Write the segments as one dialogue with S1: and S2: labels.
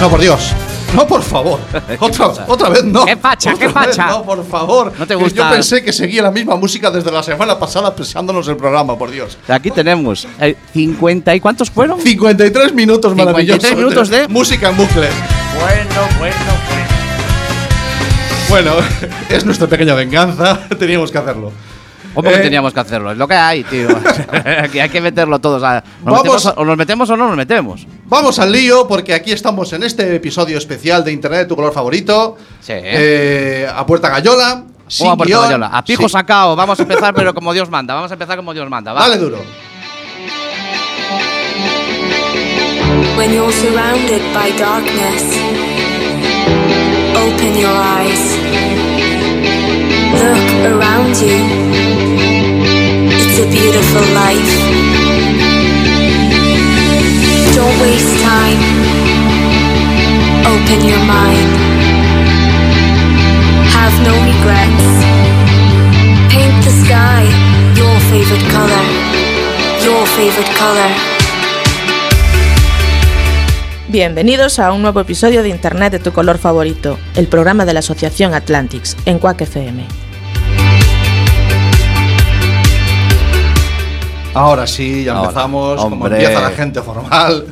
S1: No, por Dios. No, por favor. Otra,
S2: pasa?
S1: otra vez no.
S2: ¿Qué pacha? ¿Qué
S1: Otra vez
S2: pacha?
S1: No, por favor.
S2: ¿No te
S1: Que
S2: gusta?
S1: Yo pensé que seguía la misma música desde la semana pasada pensándonos el programa, por Dios.
S2: Aquí tenemos eh, 50 y cuántos fueron?
S1: 53 minutos
S2: 53
S1: maravillosos.
S2: minutos de-
S1: música en bucle.
S3: Bueno, bueno, bueno.
S1: Bueno, es nuestra pequeña venganza. Teníamos que hacerlo.
S2: ¿Cómo que
S1: Eh,
S2: teníamos que hacerlo? Es lo que hay, tío. Aquí hay que meterlo todos.
S1: Vamos-
S2: o nos metemos o no nos metemos.
S1: Vamos al lío porque aquí estamos en este episodio especial de Internet de tu color favorito.
S2: Sí.
S1: Eh, a puerta gallola. sin
S2: O a Puerto
S1: guión,
S2: Gallola. A pijo
S1: sin-
S2: sacao. Vamos a empezar, pero como Dios manda. Vamos a empezar como Dios manda. va.
S1: Dale duro.
S4: When you're surrounded by darkness, open your eyes. Look around you. It's a beautiful life. Don't waste time. Open your mind. Have no regrets. Paint the sky your favorite color. Your favorite color.
S5: Bienvenidos a un nuevo episodio de Internet de tu color favorito, el programa de la Asociación Atlantics en Quack FM.
S1: Ahora sí, ya
S2: Ahora,
S1: empezamos. Como
S2: hombre.
S1: empieza la gente formal.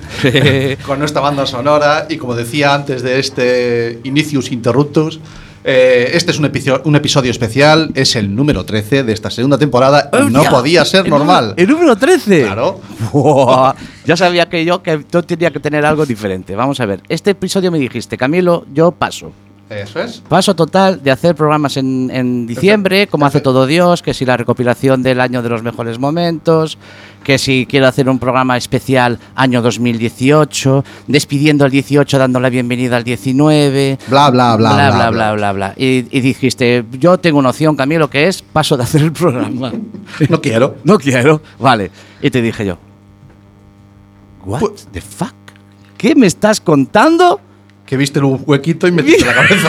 S1: con nuestra banda sonora. Y como decía antes de este Inicius Interruptus. eh, este es un, epicio- un episodio especial, es el número 13 de esta segunda temporada. y no podía ser normal.
S2: El número 13.
S1: Claro.
S2: Buah, ya sabía que yo que yo tenía que tener algo diferente. Vamos a ver. Este episodio me dijiste, Camilo, yo paso.
S1: Eso es.
S2: Paso total de hacer programas en, en diciembre, como hace todo Dios, que si la recopilación del año de los mejores momentos, que si quiero hacer un programa especial año 2018, despidiendo al 18, dando la bienvenida al 19.
S1: Bla, bla, bla.
S2: Bla, bla, bla, bla, bla. Y, y dijiste, yo tengo una opción, Camilo, que es paso de hacer el programa.
S1: No quiero.
S2: no quiero. Vale. Y te dije yo, ¿What
S1: Pues-
S2: the fuck? ¿Qué me estás contando?
S1: Que viste un huequito y metiste la cabeza.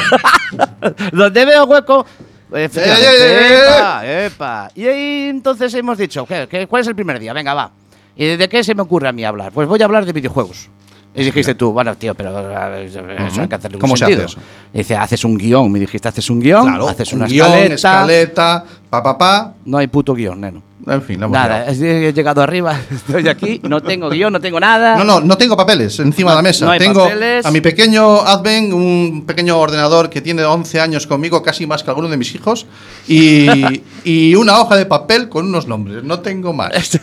S2: Donde veo hueco.
S1: Eh, eh,
S2: Efectivamente.
S1: eh.
S2: Epa, epa. Y ahí, entonces hemos dicho, ¿qué- qué- ¿cuál es el primer día? Venga, va. ¿Y de qué se me ocurre a mí hablar? Pues voy a hablar de videojuegos. Y dijiste tú, bueno, tío, pero a ver, eso hay que hacerle un
S1: ¿Cómo se hace
S2: sentido.
S1: eso?
S2: Y dice, haces un guión. Me dijiste, haces un guión,
S1: Claro,
S2: haces
S1: un
S2: una
S1: guión,
S2: escaleta.
S1: escaleta, pa, pa, pa.
S2: No hay puto guión, neno.
S1: En fin, la hemos
S2: Nada,
S1: liado.
S2: he llegado arriba, estoy aquí, no tengo guión, no tengo nada.
S1: No, no, no tengo papeles encima de la mesa.
S2: no hay
S1: tengo
S2: papeles.
S1: a mi pequeño Adven, un pequeño ordenador que tiene 11 años conmigo, casi más que alguno de mis hijos, y, y una hoja de papel con unos nombres. No tengo más.
S2: Este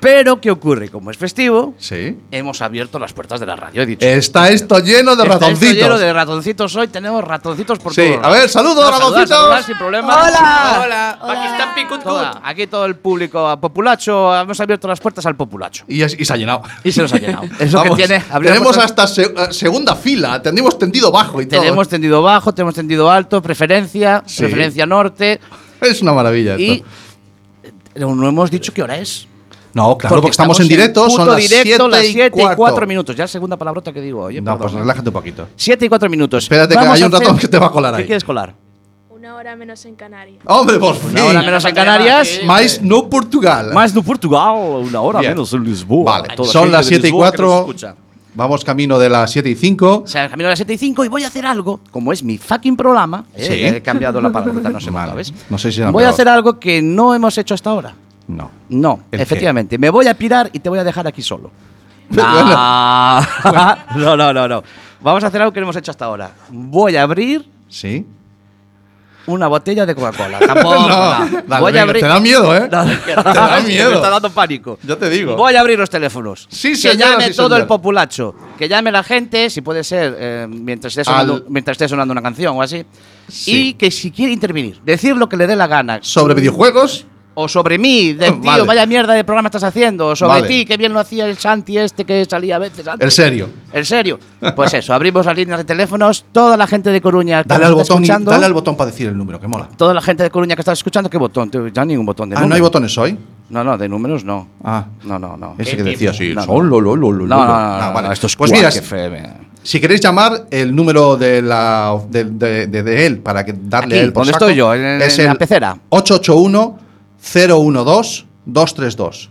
S2: Pero, ¿qué ocurre? Como es festivo,
S1: Sí.
S2: hemos abierto las puertas de la radio, he dicho.
S1: Está esto lleno de
S2: Está esto lleno
S1: ratoncitos.
S2: de ratoncitos hoy, tenemos ratoncitos por
S1: Sí,
S2: todos
S1: a ver, saludos,
S2: Vamos a saludar,
S1: ratoncitos.
S2: saludar sin problema.
S6: Hola.
S2: ¡Hola!
S6: Aquí está
S2: Toda, aquí todo el público a populacho, hemos abierto las puertas al populacho.
S1: Y, es- y se ha llenado.
S2: Y se nos ha llenado. Es lo que
S1: Vamos,
S2: tiene. abrir las
S1: Tenemos
S2: puertas-
S1: hasta se- eh, segunda fila, tenemos tendido bajo y todo.
S2: tenemos tendido bajo, tenemos tendido alto, preferencia,
S1: Sí.
S2: preferencia norte.
S1: Es una maravilla.
S2: Y
S1: esto.
S2: no hemos dicho qué hora es.
S1: No, Oh, claro, porque, estamos, en directo,
S2: puto
S1: son las
S2: directo,
S1: 7
S2: las
S1: y
S2: 7 y 4
S1: cuarto.
S2: minutos. Ya segunda palabrota que digo, oye.
S1: No, pues relájate un poquito.
S2: 7 y 4 minutos.
S1: Espérate, que
S2: Vamos
S1: hay
S2: a
S1: un ratón que te va a colar ahí.
S2: ¿Qué quieres colar?
S7: Una hora menos en Canarias.
S8: Pues
S1: Hombre, por fin.
S2: Una hora menos en Canarias.
S1: Mais no Portugal.
S2: Eh, Más no Portugal, una hora
S1: Bien.
S2: menos en Lisboa.
S1: Vale,
S2: Toda
S1: son
S2: gente
S1: las
S2: de
S1: 7 y
S2: Lisboa que nos
S1: 4.
S2: escucha.
S1: Vamos camino de las 7 y 5.
S2: O sea, camino a las 7 y 5 y voy a hacer algo, como es mi fucking programa. eh,
S1: Sí.
S2: He cambiado la palabra, no sé
S1: Vale.
S2: ¿sabes?
S1: No sé si era
S2: Voy a
S1: peor.
S2: hacer algo que no hemos hecho hasta ahora.
S1: No.
S2: No,
S1: ¿El qué?
S2: efectivamente. Me voy a pirar y te voy a dejar aquí solo.
S1: Bueno.
S2: Ah, no, no, no, no. Vamos a hacer algo que no hemos hecho hasta ahora. Voy a abrir
S1: ¿Sí?
S2: una botella de Coca-Cola. Tampoco. no.
S1: No, dale,
S2: voy
S1: venga,
S2: a abrir.
S1: Te da miedo, ¿eh?
S2: No.
S1: Te da miedo.
S2: Me está dando pánico.
S1: Ya te digo.
S2: Voy a abrir los teléfonos.
S1: Sí,
S2: que
S1: señora,
S2: llame
S1: sí,
S2: todo
S1: señor.
S2: el populacho. Que llame la gente, si puede ser, eh, mientras, esté
S1: Al-
S2: sonando, mientras esté sonando una canción o así.
S1: Sí.
S2: Y que si quiere intervenir, decir lo que le dé la gana. Mm,
S1: Sobre videojuegos.
S2: O sobre mí, de tío,
S1: Vale.
S2: vaya mierda de programa estás haciendo. O sobre
S1: Vale.
S2: ti, qué bien lo hacía el Santi este que salía a veces antes.
S1: El serio.
S2: ¿En serio? Pues eso, abrimos las líneas de teléfonos. Toda la gente de Coruña que
S1: Dale
S2: nos
S1: al
S2: está
S1: botón, y-
S2: escuchando.
S1: dale al botón para decir el número, que mola.
S2: Toda la gente de Coruña que está escuchando, ¿qué botón? Tío, Ya ningún botón de
S1: Ah, no
S2: números.
S1: hay botones hoy.
S2: No, no, de números no.
S1: Ah.
S2: No, no, no.
S1: Ese que decía así.
S2: No, no.
S1: sol, lo, lo, lo, lo,
S2: No,
S1: lo.
S2: no, no,
S1: Ah,
S2: no,
S1: vale.
S2: no, esto es
S1: Pues
S2: Quack
S1: mira,
S2: FM.
S1: si queréis llamar, el número de, la, de, de- de- de él para que darle
S2: Aquí,
S1: a él por
S2: ¿dónde
S1: saco,
S2: estoy yo? En- en la pecera.
S1: 881 012 232.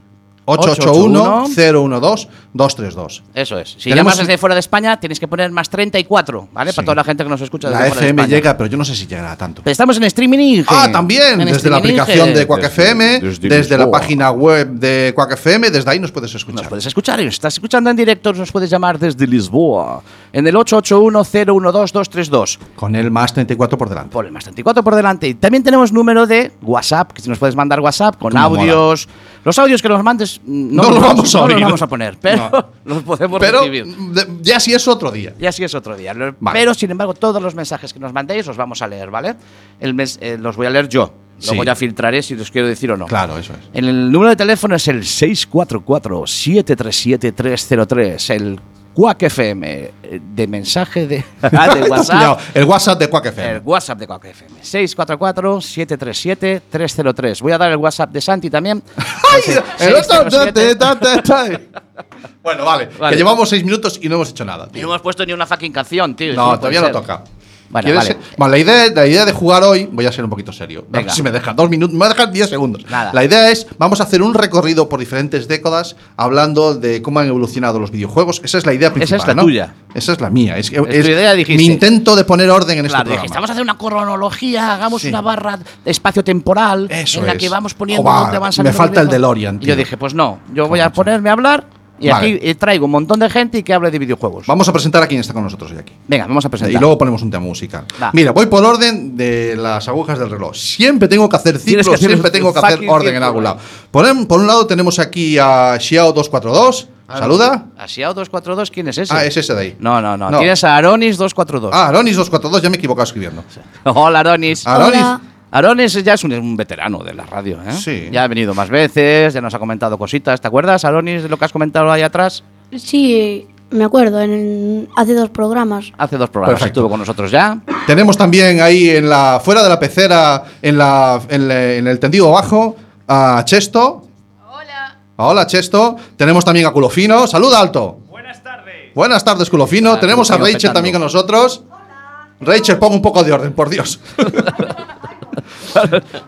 S1: 881-012-232.
S2: Eso es. Si
S1: Tenemos
S2: llamas
S1: un-
S2: desde fuera de España, tienes que poner más 34, ¿vale?
S1: Sí.
S2: Para toda la gente que nos escucha desde
S1: La
S2: fuera de
S1: FM
S2: España.
S1: llega, pero yo no sé si llegará tanto.
S2: Pero estamos en streaming. Inge.
S1: Ah, también,
S2: En
S1: desde la
S2: streaming,
S1: aplicación
S2: Inge.
S1: de Quack
S6: Desde-
S1: FM, desde,
S6: desde
S1: la
S6: Lisboa.
S1: página web de Quack FM, desde ahí nos puedes escuchar.
S2: Nos puedes escuchar, y nos estás escuchando en directo, nos puedes llamar desde Lisboa en el 881-012-232
S1: Con el más 34 por delante.
S2: por el más 34 por delante. Y también tenemos número de WhatsApp, que si nos puedes mandar WhatsApp con
S1: Cómo
S2: audios. Los audios que nos mandes mm,
S1: No
S2: los
S1: los vamos a
S2: no los
S1: abrir.
S2: vamos a poner, pero los podemos
S1: Pero
S2: recibir.
S1: de- ya sí es otro día.
S2: Y así es otro día. Lo-
S1: Vale.
S2: Pero, sin embargo, todos los mensajes que nos mandéis los vamos a leer, ¿vale? El mes, eh, los voy a leer yo. Luego
S1: Sí.
S2: ya filtraré si los quiero decir o no.
S1: Claro, eso es.
S2: El número de teléfono es el 644-737-303. El Quack FM eh, de mensaje de, ah, de
S1: No,
S2: WhatsApp.
S1: el WhatsApp de Quack
S2: El
S1: FM.
S2: WhatsApp de Quack FM. 644-737-303. Voy a dar el WhatsApp de Santi también.
S1: ¡Ay! el otro-
S2: 607.
S1: bueno, vale,
S2: Vale.
S1: Que llevamos seis minutos y no hemos hecho nada.
S2: Ni
S1: tío.
S2: hemos puesto ni una fucking canción, tío.
S1: No,
S2: puede
S1: todavía no
S2: ser.
S1: toca.
S2: Vale,
S1: ¿Quieres
S2: vale.
S1: ser- Bueno, la idea, la idea de jugar hoy, voy a ser un poquito serio. A ver
S2: Venga.
S1: si me dejan dos minutos, me dejan diez segundos.
S2: Nada.
S1: La idea es, vamos a hacer un recorrido por diferentes décadas hablando de cómo han evolucionado los videojuegos. Esa es la idea principal.
S2: es la
S1: ¿no?
S2: tuya.
S1: Esa es la mía. Es,
S2: tu idea, dijiste.
S1: mi intento de poner orden en
S2: Claro,
S1: este
S2: dije,
S1: programa.
S2: vamos a hacer una cronología, hagamos
S1: Sí.
S2: una barra espacio-temporal
S1: Eso
S2: en la
S1: es.
S2: que vamos poniendo
S1: Joba,
S2: dónde van
S1: me
S2: saliendo
S1: falta
S2: los
S1: el
S2: videojuegos.
S1: DeLorean,
S2: Y yo
S1: tío.
S2: dche, pues no, yo voy a ponerme a hablar y
S1: Vale.
S2: aquí eh, traigo un montón de gente y que hable de videojuegos.
S1: Vamos a presentar a quien está con nosotros hoy aquí.
S2: Venga, vamos a
S1: Y
S2: presentar.
S1: luego ponemos un tema musical.
S2: Va.
S1: Mira, voy por orden de las agujas del reloj. Siempre tengo que hacer
S2: Tienes
S1: ciclos,
S2: que hacer
S1: siempre
S2: un
S1: tengo que hacer
S2: fucking
S1: orden en
S2: círculo.
S1: algún lado. Por, en- por un lado tenemos aquí a Xiao242.
S2: Ah,
S1: Saluda.
S2: Asiao 242, ¿quién es ese?
S1: Ah, es ese de ahí.
S2: No, no, no,
S1: No.
S2: Tienes a Aronis 242.
S1: Ah, Aronis242, ya me he equivocado escribiendo.
S2: Hola, Aronis.
S1: Aronis.
S2: Aronis ya es un, un veterano de la radio, ¿eh?
S1: Sí.
S2: Ya ha venido más veces, ya nos ha comentado cositas. ¿Te acuerdas, Aronis, de lo que has comentado ahí atrás?
S9: Sí, me acuerdo, en, hace dos programas.
S2: Hace dos programas
S1: Perfecto.
S2: estuvo con nosotros ya.
S1: Tenemos también ahí en la fuera de la pecera, en, la, en, la- en el tendido bajo, a Chesto.
S7: Hola.
S1: Hola, Chesto. Tenemos también a Culofino. Saluda, Alto.
S3: Buenas tardes.
S1: Buenas tardes, Culofino.
S2: Hola,
S1: Tenemos a
S2: Ah, Culofino
S1: Rachel
S2: petando.
S1: también con nosotros. Rachel, pon un poco de orden, por Dios.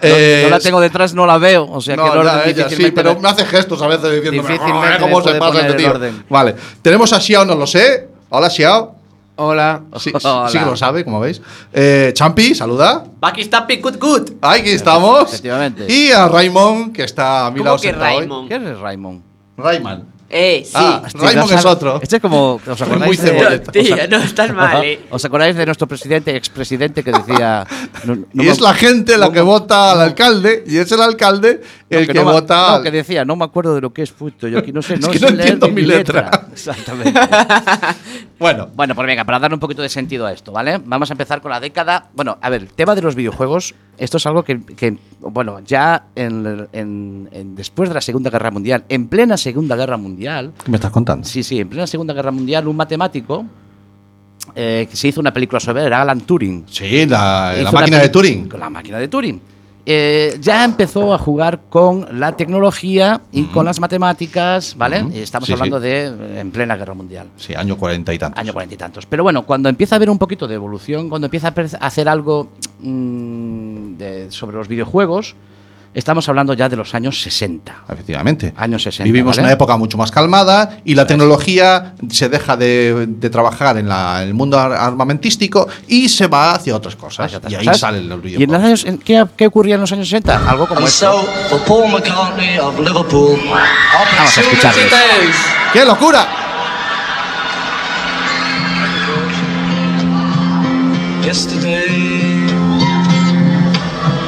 S1: Eh,
S2: Yo la tengo detrás, no la veo. O sea que el
S1: no,
S2: orden
S1: ya, ella
S2: difícilmente
S1: sí, pero
S2: me-
S1: me hace gestos a veces diciéndome
S2: Difícilmente
S1: "Ah, cómo
S2: le
S1: se
S2: puede
S1: pasa
S2: poner
S1: este
S2: el
S1: tío.
S2: orden.
S1: Vale, tenemos a Xiao, no lo sé. Hola, Xiao.
S10: Hola.
S1: Sí,
S2: Hola.
S1: sí que lo sabe, como veis. Eh, Champi, saluda.
S10: Bucky Stampy, good, good.
S1: Aquí estamos.
S2: Efectivamente.
S1: Y a Raymond, que está a mi
S10: ¿Cómo
S1: lado
S10: que
S1: sentado hoy.
S10: Raymond?
S2: ¿Quién es Raymond?
S1: Raymond.
S10: Eh, sí.
S1: Ah, Raymond
S2: Hostia,
S1: es otro.
S2: Este es como. ¿Os acordáis?
S1: muy
S2: de-
S1: cebolleta.
S10: Tío, no estás mal, eh.
S2: ¿Os acordáis de nuestro presidente, expresidente, que decía. no- no
S1: y
S2: me-
S1: es la gente la
S2: no
S1: que
S2: me-
S1: vota al alcalde y es el alcalde
S2: no,
S1: el que,
S2: no me-
S1: vota
S2: No, que decía, no me acuerdo de lo que es puto. Yo aquí no sé,
S1: Es
S2: no
S1: que
S2: sé
S1: no
S2: leer
S1: entiendo
S2: ni
S1: mi letra.
S2: Exactamente.
S1: bueno
S2: bueno, pues venga, para dar un poquito de sentido a esto, ¿vale? Vamos a empezar con la década. Bueno, a ver, el tema de los videojuegos, esto es algo que, que, bueno, ya en- en- en- después de la Segunda Guerra Mundial, en plena Segunda Guerra Mundial,
S1: ¿qué me estás contando?
S2: Sí, sí, en plena Segunda Guerra Mundial, un matemático eh, que se hizo una película sobre él, era Alan Turing.
S1: sí, la,
S2: Hizo
S1: la
S2: una
S1: máquina de
S2: peli-
S1: Turing
S2: Con la máquina de Turing. Eh, ya empezó a jugar con la tecnología y con las matemáticas, ¿vale?
S1: Ujú.
S2: Estamos
S1: Sí,
S2: hablando
S1: sí.
S2: de eh, en plena Guerra Mundial.
S1: sí, año cuarenta y tantos
S2: Año cuarenta y tantos. Pero bueno, cuando empieza a haber un poquito de evolución, cuando empieza a per- a hacer algo mm, de- sobre los videojuegos, estamos hablando ya de los años 60.
S1: efectivamente
S2: Años 60.
S1: Vivimos
S2: ¿vale?
S1: una época mucho más calmada y la tecnología se deja de, de trabajar en, la- en el mundo ar- armamentístico y se va hacia otras cosas.
S2: Hacia otras
S1: y ahí
S2: cosas. ¿Y en
S1: salen los
S2: los
S1: videojuegos.
S2: años, en- qué, qué ocurría en los años 60? Algo como esto.
S11: for Paul McCartney of Liverpool,
S2: Vamos a escucharles.
S1: ¡Qué locura!
S11: yesterday.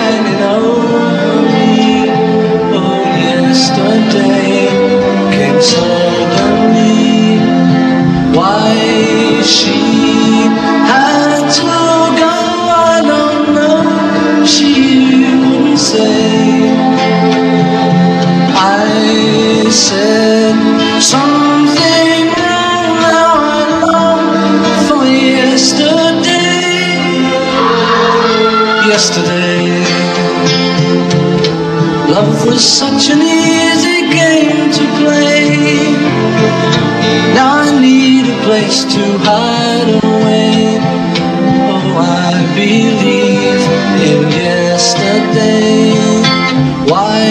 S11: hanging over me. Oh, yesterday came suddenly. Why she had to go, I don't know. She would say, I said something was such an easy game to play. Now I need a place to hide away. Oh, I believe in yesterday. Why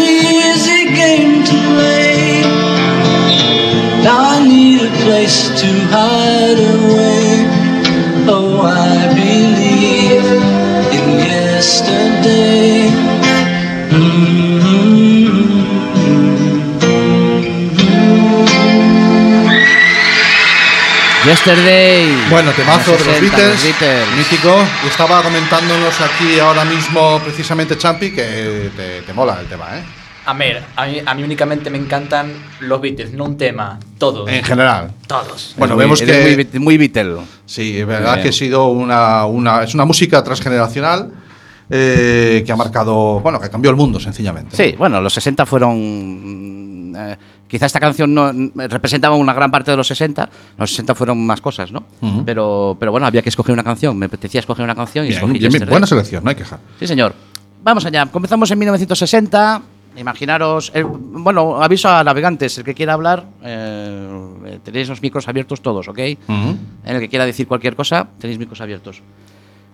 S11: easy game to play. Now I need a place to hide away. Oh, I believe in yesterday.
S2: Yesterday.
S1: Bueno, temazo de los
S2: 60,
S1: Beatles,
S2: los Beatles.
S1: mítico. Y Estaba comentándonos aquí ahora mismo precisamente Champi que te, te mola el tema, ¿eh?
S10: A ver, a mí, a mí únicamente me encantan los Beatles, no un tema, todos.
S1: En general.
S10: Todos.
S1: Bueno,
S2: Eres
S1: vemos
S2: muy- eres
S1: que-
S2: muy Beat- muy Beatle.
S1: Sí, es verdad
S2: Bien.
S1: que ha sido una, una- es una música transgeneracional eh, que ha marcado, bueno, que cambió el mundo sencillamente.
S2: Sí, bueno, los 60 fueron. mm, eh, quizá esta canción no n- representaba una gran parte de los 60. Los 60 fueron más cosas, ¿no?
S1: Ujú.
S2: pero, pero bueno, había que escoger una canción. Me apetecía escoger una canción y
S1: Bien,
S2: escogí
S1: bien, bien.
S2: Yesterday.
S1: buena selección, no hay queja.
S2: Sí, señor. Vamos allá. Comenzamos en 1960. Imaginaros. el- bueno, aviso a navegantes. El que quiera hablar, eh, tenéis los micros abiertos todos, ¿ok?
S1: Ujú.
S2: en el que quiera decir cualquier cosa, tenéis micros abiertos.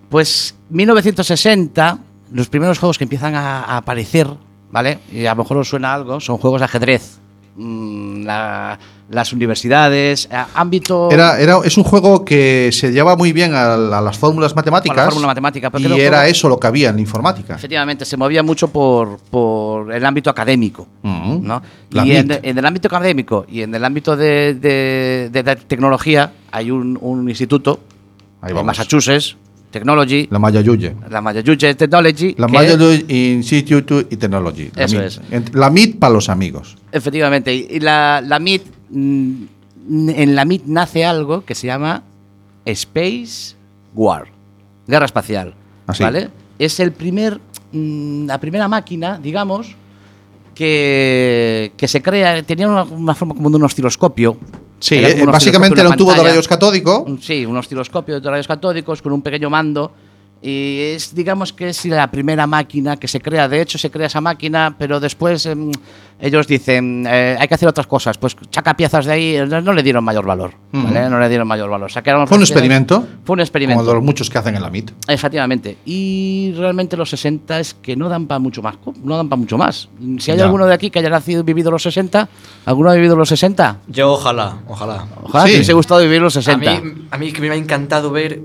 S2: Pues 1960, los primeros juegos que empiezan a, a aparecer, ¿vale? Y a lo mejor os suena algo, son juegos de ajedrez. Mm, la- las universidades, eh, a- ámbito...
S1: Era, era, es un juego que se llevaba muy bien a, la- a las fórmulas matemáticas.
S2: A la fórmula matemática, pero
S1: y
S2: creo que
S1: era
S2: luego-
S1: eso lo que había en la informática.
S2: Efectivamente, se movía mucho por, por el ámbito académico.
S1: Ujú.
S2: ¿no?
S1: Mm-hmm. La
S2: Y en,
S1: MIT.
S2: en el ámbito académico y en el ámbito de, de- de la tecnología hay un, un instituto
S1: Ahí
S2: en
S1: vamos.
S2: Massachusetts, Technology,
S1: La Mayayuye.
S2: la, Massachusetts Technology,
S1: La
S2: que-
S1: Mayayuye Institute y Technology. La
S2: Eso
S1: MIT.
S2: es.
S1: Ent- La MIT para los amigos.
S2: Efectivamente. Y y la, la MIT, mm, en la MIT nace algo que se llama Space War, guerra espacial.
S1: Ah, sí.
S2: ¿Vale? Es el primer, mm, la primera máquina, digamos, que, que se crea, tenía una, una forma como de un osciloscopio.
S1: Sí,
S2: Era
S1: eh,
S2: como un osciloscopio,
S1: básicamente
S2: una
S1: era un tubo de
S2: pantalla.
S1: rayos catódico.
S2: Un- Sí, un osciloscopio de rayos catódicos con un pequeño mando. Y es, digamos que es la primera máquina que se crea. De hecho, se crea esa máquina, pero después em, ellos dicen, eh, hay que hacer otras cosas. Pues chaca piezas de ahí, eh, no, no le dieron mayor valor.
S1: Ujú.
S2: ¿vale? No le dieron mayor valor. Sacaron
S1: Fue un
S2: las piezas-
S1: experimento.
S2: Fue un experimento.
S1: Como de los muchos que hacen en la MIT.
S2: Efectivamente. Y realmente los 60 es que no dan para mucho más. co- No dan para mucho más. Si hay
S1: Ya.
S2: alguno de aquí que haya nacido y vivido los 60, ¿alguno ha vivido los 60?
S10: Yo ojalá, ojalá.
S2: Ojalá
S1: Sí.
S2: te hubiese gustado vivir los
S10: A
S2: 60.
S10: mí, a mí es que me ha encantado ver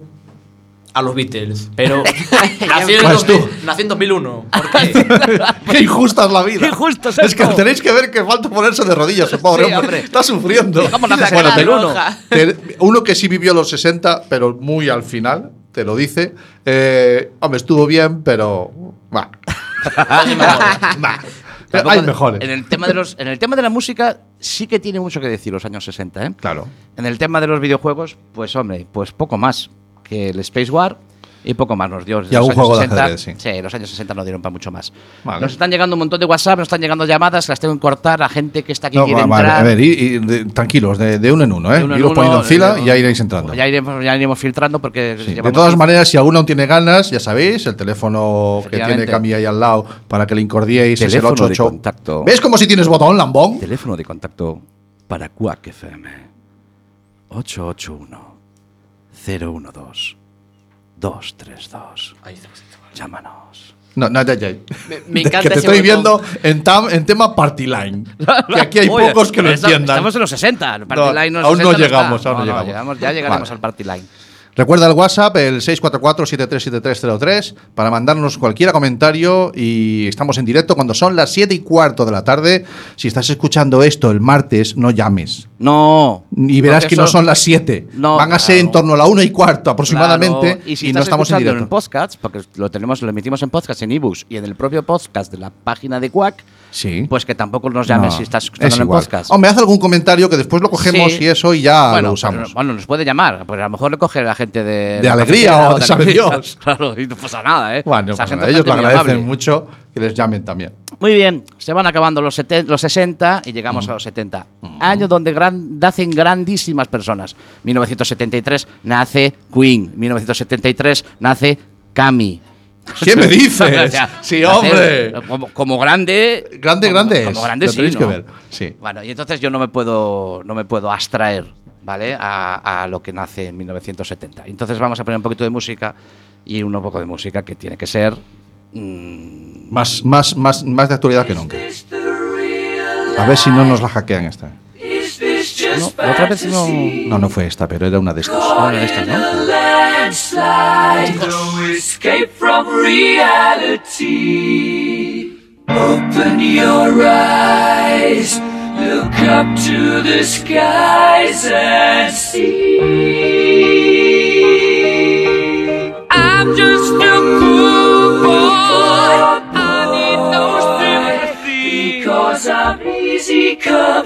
S10: a los Beatles, pero nací, en
S1: Pues
S10: 2000
S1: tú.
S10: nací en 2001. ¿Por qué?
S1: ¡Qué injusta es la vida!
S2: Qué Ah, pues injusto,
S1: Es que
S2: Sergio.
S1: tenéis que ver que falta ponerse de rodillas, el pobre
S2: Sí,
S1: hombre.
S2: hombre.
S1: Está sufriendo.
S2: ¿Cómo no haces nada, roja?
S1: te- uno que sí vivió los 60, pero muy al final, te lo dice. Eh, hombre, estuvo bien, pero. Bah. Bah.
S2: Tampoco
S1: Hay
S2: de-
S1: mejores.
S2: En el, tema de los, en el tema de la música sí que tiene mucho que decir los años 60, ¿eh?
S1: Claro.
S2: En el tema de los videojuegos, pues hombre, pues poco más que el Space War y poco más nos dio. Los
S1: algún
S2: años
S1: juego de ajedrez, sí.
S2: los años 60 no dieron para mucho más.
S1: Vale.
S2: Nos están llegando un montón de WhatsApp, nos están llegando llamadas, las tengo que cortar a gente que está aquí
S1: No,
S2: quiere
S1: va- vale,
S2: entrar.
S1: a ver, y- y de- tranquilos, de, de uno en uno, ¿eh?
S2: de uno en
S1: Iros
S2: uno, Pues
S1: poniendo en fila
S2: eh,
S1: y ya iréis entrando.
S2: Ya iremos, ya iremos filtrando porque
S1: Sí, De
S2: llevamos-
S1: todas maneras, si alguno aún tiene ganas, ya sabéis, el teléfono que tiene
S2: Efectivamente.
S1: Cami ahí al lado para que le incordiéis es el
S2: Teléfono de
S1: 88.
S2: contacto.
S1: ¿Ves como si tienes botón, lambón?
S2: Teléfono de contacto para Quack FM. 881 012 232.
S10: Ahí estamos.
S2: Llámanos.
S1: No, no, ya, ya.
S10: Me- me encanta
S1: que te
S10: ese
S1: estoy
S10: botón.
S1: viendo en, tam- en tema party line. que aquí hay
S2: Oye,
S1: pocos que lo
S2: esta-
S1: entiendan.
S2: Estamos en los 60. el party
S1: No,
S2: line no es
S1: aún
S2: 60,
S1: no llegamos,
S2: está.
S1: aún no llegamos.
S2: Ya llegaremos
S1: Vale.
S2: al party line.
S1: Recuerda el WhatsApp, el 644-737303, para mandarnos cualquier comentario y estamos en directo cuando son las 7 y cuarto de la tarde. Si estás escuchando esto el martes, no llames.
S2: No.
S1: Y verás
S2: Porque
S1: que no
S2: eso-
S1: son las 7.
S2: No,
S1: Van a ser
S2: claro.
S1: en torno a la 1 y cuarto aproximadamente.
S2: Claro,
S1: Y,
S2: y si
S1: no
S2: estás
S1: estamos en
S2: escuchando
S1: directo.
S2: podcast, porque lo tenemos, lo emitimos en podcast, en ebooks y en el propio podcast de la página de Quack,
S1: sí.
S2: pues que tampoco nos llames
S1: No,
S2: si estás
S1: es
S2: escuchando en
S1: igual.
S2: podcast.
S1: Hombre, haz algún comentario que después lo cogemos
S2: Sí.
S1: y eso y ya
S2: bueno,
S1: lo usamos.
S2: pero- bueno, nos puede llamar, pues a lo mejor le coge la gente de.
S1: De
S2: la
S1: alegría
S2: cafetera
S1: o de sabe
S2: alegría.
S1: Dios.
S2: Claro, y no pasa nada, ¿eh?
S1: Bueno,
S2: Esa
S1: pues
S2: gente
S1: nada,
S2: es
S1: ellos lo
S2: gente muy
S1: agradecen
S2: amable.
S1: mucho que les llamen también.
S2: Muy bien, se van acabando los, seten- los 60 y llegamos
S1: Mm.
S2: a los 70. Año donde gran- nacen grandísimas personas. 1973 nace Queen, 1973 nace Cami.
S1: ¿Qué me dices?
S2: O sea,
S1: Sí,
S2: nacer
S1: hombre.
S2: Como, como grande.
S1: Grande,
S2: como-
S1: grande
S2: Como
S1: es.
S2: grande,
S1: Lo
S2: sí,
S1: tenéis que
S2: ¿no?
S1: ver, sí.
S2: Bueno, y entonces yo no me puedo, no me puedo abstraer, ¿vale? A, a lo que nace en 1970. Entonces vamos a poner un poquito de música y un poco de música que tiene que ser. mm,
S1: Más, más, más, más de actualidad que nunca. A ver si no nos la hackean esta.
S2: no, la otra vez no.
S1: No, no fue esta, pero era una de estas.
S2: Ahora de estas, ¿no?
S8: escape from reality. Open your eyes, look up to the skies and see. I'm just a poor boy. I need no sympathy because I'm easy come,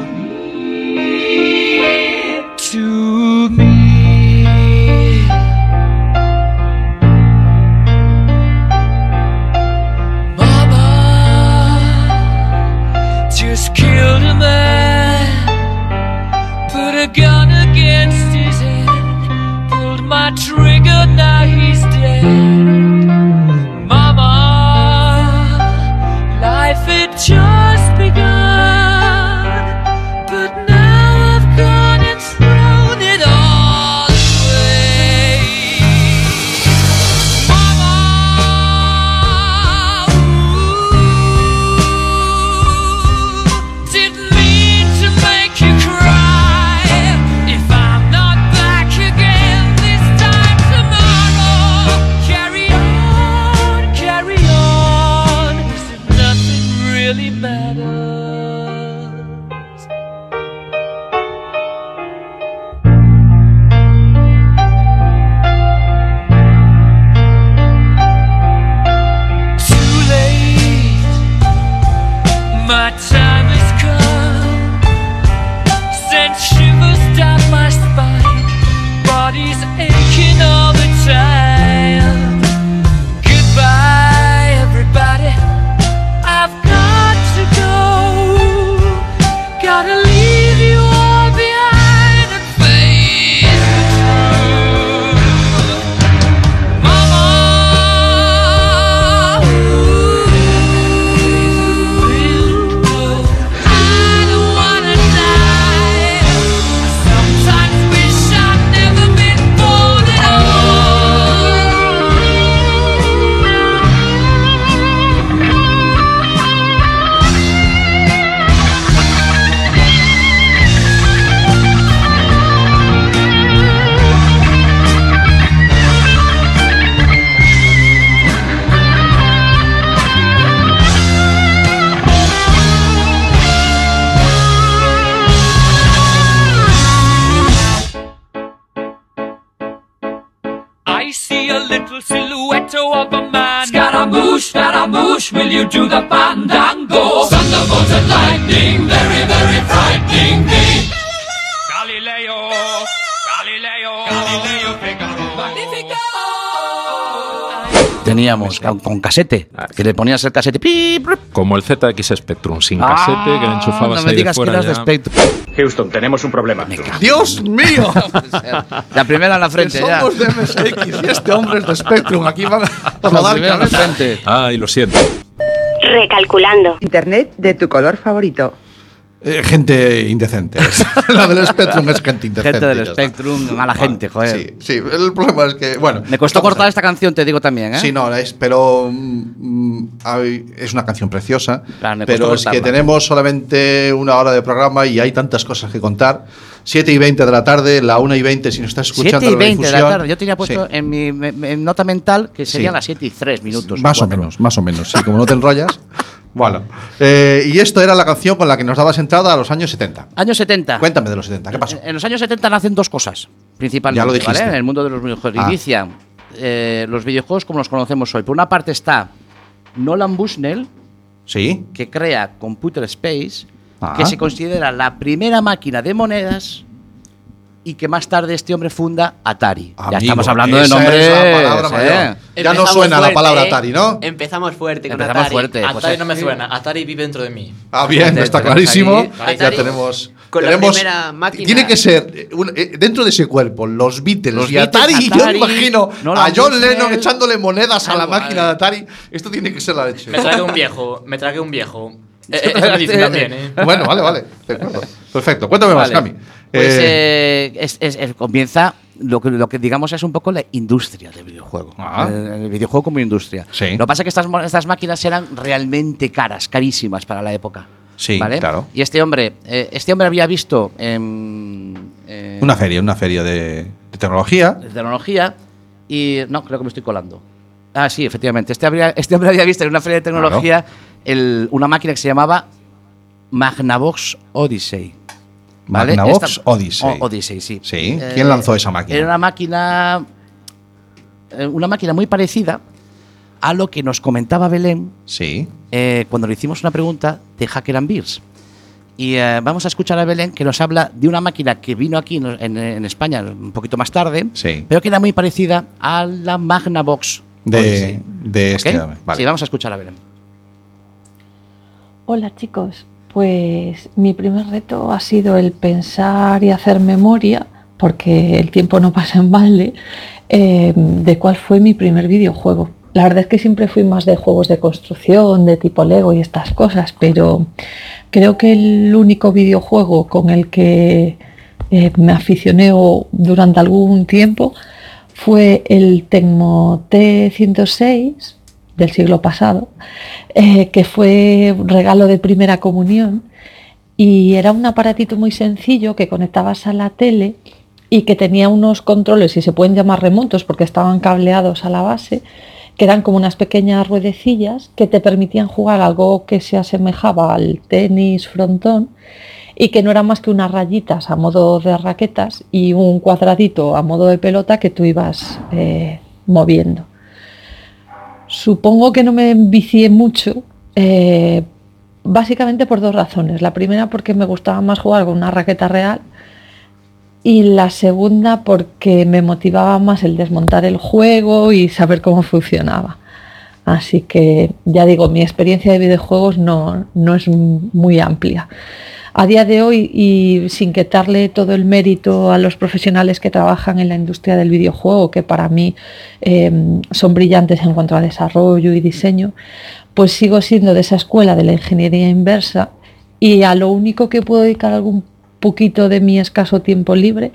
S8: me. To me. Mama just killed a man, put a gun against his head, pulled my trigger, now he's dead. Mama, life had just begun, but now I've gone and thrown it all away. Mama, ooh, didn't mean to make you cry. If I'm not back again this time tomorrow, carry on, carry on, 'cause if nothing really matters. Too late, my time has come. Sent shivers down my spine, body's aching all the time. Goodbye, everybody. I've got to go. Gotta leave you all behind and face the truth. Mama, I don't wanna die. Sometimes wish I'd never been born at all. I see a little silhouette of a man. Scaramouche, Scaramouche, will you do the fandango? Thunderbolt and lightning, very, very frightening me. Galileo, Galileo, Galileo Figaro. Magnifico!
S2: Teníamos con, con casete,
S12: Ah.
S2: que le ponías el casete. pi, prup.
S12: Como el ZX Spectrum, sin
S2: Ah,
S12: casete, que le enchufabas
S2: no me
S12: ahí
S2: digas
S12: de fuera
S2: que eras de
S12: ya.
S2: Spectrum.
S13: Houston, tenemos un problema.
S1: ¡Dios mío!
S2: La primera en la frente ya.
S1: Somos de MSX y este hombre es de Spectrum. Aquí van a
S2: La
S1: rodar
S2: primera en la
S1: cabezas.
S2: frente.
S12: Ay, lo siento.
S14: Recalculando.
S15: Internet de tu color favorito.
S1: Eh, gente indecente. la del Spectrum es gente indecente.
S2: Gente del
S1: ya está.
S2: Spectrum, mala gente, joder.
S1: Sí, sí, el problema es que, bueno.
S2: Me costó
S1: estamos
S2: cortar esta canción, te digo también, ¿eh?
S1: Sí, no, es, pero mm, mm, hay- es una canción preciosa.
S2: Claro, me
S1: pero
S2: costó
S1: es que
S2: cortarla.
S1: tenemos solamente una hora de programa y hay tantas cosas que contar. 7 y 20 de la tarde, la 1 y 20 si nos estás escuchando.
S2: 7 y
S1: en la
S2: 20 de la
S1: difusión.
S2: tarde. Yo tenía puesto
S1: Sí,
S2: en mi me- me- en nota mental que serían
S1: Sí.
S2: las 7 y 3 minutos.
S1: Más o
S2: cuatro.
S1: menos, más o menos. Sí, como no te enrollas. bueno. Eh, y esto era la canción con la que nos dabas entrada a los años 70.
S2: Años 70.
S1: Cuéntame de los 70, ¿qué pasó?
S2: En los años 70 nacen dos cosas, principalmente.
S1: Ya lo dijiste.
S2: ¿vale? En el mundo de los videojuegos.
S1: Ah.
S2: Inician eh, los videojuegos como los conocemos hoy. Por una parte está Nolan Bushnell,
S1: Sí.
S2: que crea Computer Space,
S1: Ah.
S2: que se considera la primera máquina de monedas y que más tarde este hombre funda Atari. ya
S1: Amigo,
S2: estamos hablando de
S1: esa es
S2: nombres.
S1: la palabra
S2: ¿eh?
S1: mayor. Ya no suena la palabra Atari, ¿no?
S10: ¿eh? Empezamos fuerte con
S2: Empezamos
S10: Atari.
S2: fuerte,
S10: Atari
S2: pues es-
S10: no me suena. Atari vive dentro de mí.
S1: Ah, bien,
S2: Atari,
S1: está
S2: tenemos
S1: clarísimo.
S2: ahí.
S1: Ya
S10: Atari.
S1: tenemos.
S10: Con la
S1: tenemos-
S10: primera máquina.
S1: Tiene que ser eh, un- eh, dentro de ese cuerpo, los Beatles
S2: Los
S1: y
S2: Beatles,
S1: Atari. y Yo me
S2: Atari,
S1: imagino
S2: Nolan
S1: a John
S2: Bushnell.
S1: Lennon echándole monedas a la
S10: Ah,
S1: máquina
S10: guay.
S1: de Atari. Esto tiene que ser la leche.
S10: Me tragué un viejo. Me tragué un viejo. Eh, eh, eso me dicen también, ¿eh?
S1: bueno, vale, vale. de acuerdo. Perfecto. Cuéntame más,
S2: Vale.
S1: Cami.
S2: Pues
S1: Eh,
S2: eh, es- es- es- comienza lo que, lo que digamos es un poco la industria del videojuego.
S1: Ah.
S2: El, el videojuego como industria.
S1: Sí.
S2: Lo que pasa es que estas, mo- estas máquinas eran realmente caras, carísimas para la época.
S1: Sí,
S2: ¿vale?
S1: claro.
S2: Y este hombre, eh, este hombre había visto en, eh,
S1: una feria, una feria de, de tecnología.
S2: de tecnología y no creo que me estoy colando. Ah, sí, efectivamente. Este, habría- este hombre había visto en una feria de tecnología el- una máquina que se llamaba Magnavox Odyssey. ¿vale?
S1: Magnavox
S2: Esta-
S1: Oh, Odyssey.
S2: O- Odyssey, sí.
S1: Sí, Eh, ¿quién lanzó esa máquina?
S2: Era una máquina, eh, una máquina muy parecida a lo que nos comentaba Belén
S1: Sí.
S2: eh, cuando le hicimos una pregunta de Hacker and Beers. Y eh, vamos a escuchar a Belén que nos habla de una máquina que vino aquí en, en- en España un poquito más tarde,
S1: Sí.
S2: pero que era muy parecida a la Magnavox. Odyssey,
S1: De,
S2: ¿ok?
S1: de este. Vale.
S2: Sí, vamos a escuchar a Belén.
S16: Hola chicos, pues mi primer reto ha sido el pensar y hacer memoria, porque el tiempo no pasa en balde, eh, de cuál fue mi primer videojuego. La verdad es que siempre fui más de juegos de construcción, de tipo Lego y estas cosas, pero creo que el único videojuego con el que eh, me aficioné o durante algún tiempo fue el Tecmo T106 del siglo pasado, eh, que fue un regalo de primera comunión y era un aparatito muy sencillo que conectabas a la tele y que tenía unos controles, y se pueden llamar remotos porque estaban cableados a la base, que eran como unas pequeñas ruedecillas que te permitían jugar algo que se asemejaba al tenis frontón y que no eran más que unas rayitas a modo de raquetas y un cuadradito a modo de pelota que tú ibas eh, moviendo. Supongo que no me envicié mucho, eh, básicamente por dos razones. La primera porque me gustaba más jugar con una raqueta real y la segunda porque me motivaba más el desmontar el juego y saber cómo funcionaba. Así que ya digo, mi experiencia de videojuegos no, no es m- muy amplia. A día de hoy, y sin quitarle todo el mérito a los profesionales que trabajan en la industria del videojuego, que para mí eh, son brillantes en cuanto a desarrollo y diseño, pues sigo siendo de esa escuela de la ingeniería inversa y a lo único que puedo dedicar algún poquito de mi escaso tiempo libre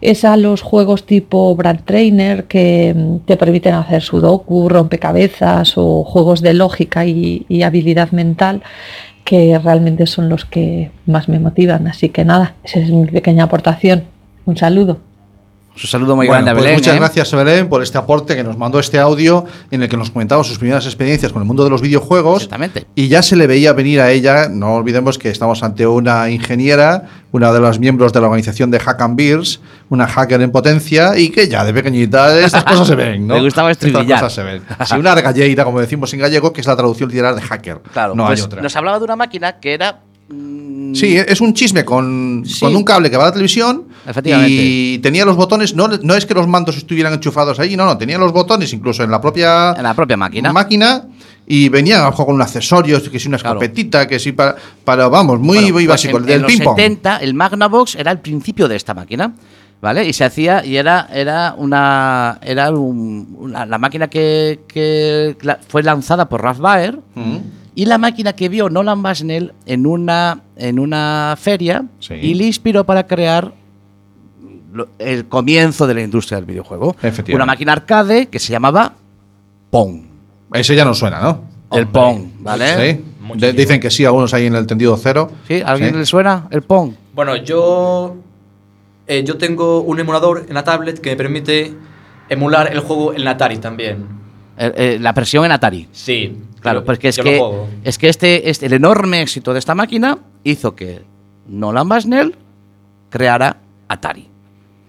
S16: es a los juegos tipo Brand Trainer que mm, te permiten hacer sudoku, rompecabezas o juegos de lógica y, y habilidad mental que realmente son los que más me motivan. Así que nada, esa es mi pequeña aportación. Un saludo.
S2: Un saludo muy
S1: Bueno,
S2: grande a
S1: pues
S2: Belén.
S1: muchas
S2: ¿eh?
S1: gracias Belén por este aporte que nos mandó este audio en el que nos comentaba sus primeras experiencias con el mundo de los videojuegos
S2: Exactamente.
S1: y ya se le veía venir a ella, no olvidemos que estamos ante una ingeniera, una de las miembros de la organización de Hack and Beers, una hacker en potencia y que ya de pequeñita estas cosas se ven, ¿no?
S2: Le gustaba
S1: Estas
S2: estribillar.
S1: cosas se ven. Sí, una galleira, como decimos en gallego, que es la traducción literal de hacker.
S2: Claro,
S1: no
S2: pues
S1: hay otra.
S2: nos hablaba de una máquina que era. mm,
S1: Sí, es un chisme con,
S2: Sí.
S1: con un cable que va a la televisión
S2: Efectivamente.
S1: y tenía los botones, no, no es que los mandos estuvieran enchufados ahí, no, no, tenía los botones incluso en la propia
S2: En la propia máquina.
S1: máquina, y venía abajo con un accesorio, que si una
S2: Claro.
S1: escopetita, que si para, para vamos, muy,
S2: Bueno,
S1: muy
S2: pues
S1: básico,
S2: en-
S1: el del
S2: en los
S1: ping pong.
S2: 70, el Magnavox era el principio de esta máquina, ¿vale? Y se hacía, y era, era una. Era un- una- la máquina que, que la- fue lanzada por Ralph Baer
S1: Mm.
S2: Y la máquina que vio Nolan Bushnell en una, en una feria
S1: Sí.
S2: y le inspiró para crear lo- el comienzo de la industria del videojuego.
S1: Efectivamente.
S2: Una máquina arcade que se llamaba Pong.
S1: Eso ya no suena, ¿no?
S2: El Pong, ¿vale?
S1: Sí. De- dicen que sí, algunos ahí en el tendido cero.
S2: ¿Sí? ¿A ¿Alguien
S1: Sí.
S2: le suena el Pong?
S10: Bueno, yo. eh, yo tengo un emulador en la tablet que me permite emular el juego en la Atari también.
S2: Eh, eh, la presión en Atari.
S10: Sí.
S2: Claro,
S10: yo-
S2: porque es
S10: yo lo
S2: que,
S10: juego.
S2: es que este, este- el enorme éxito de esta máquina hizo que Nolan Bushnell creara Atari,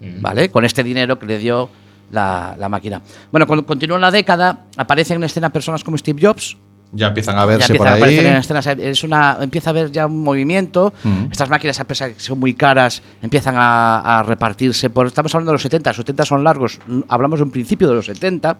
S10: Mm.
S2: ¿vale? Con este dinero que le dio la, la máquina. Bueno, cuando continúa la década, aparecen en escena personas como Steve Jobs,
S1: Ya empiezan a
S2: ya
S1: verse
S2: empiezan
S1: por
S2: a
S1: ahí.
S2: aparecer en escenas, es una, empieza a haber ya un movimiento,
S1: Mm.
S2: estas máquinas, a pesar de que son muy caras, empiezan a, a repartirse. Por, estamos hablando de los 70, los 70 son largos, mm, hablamos de un principio de los 70.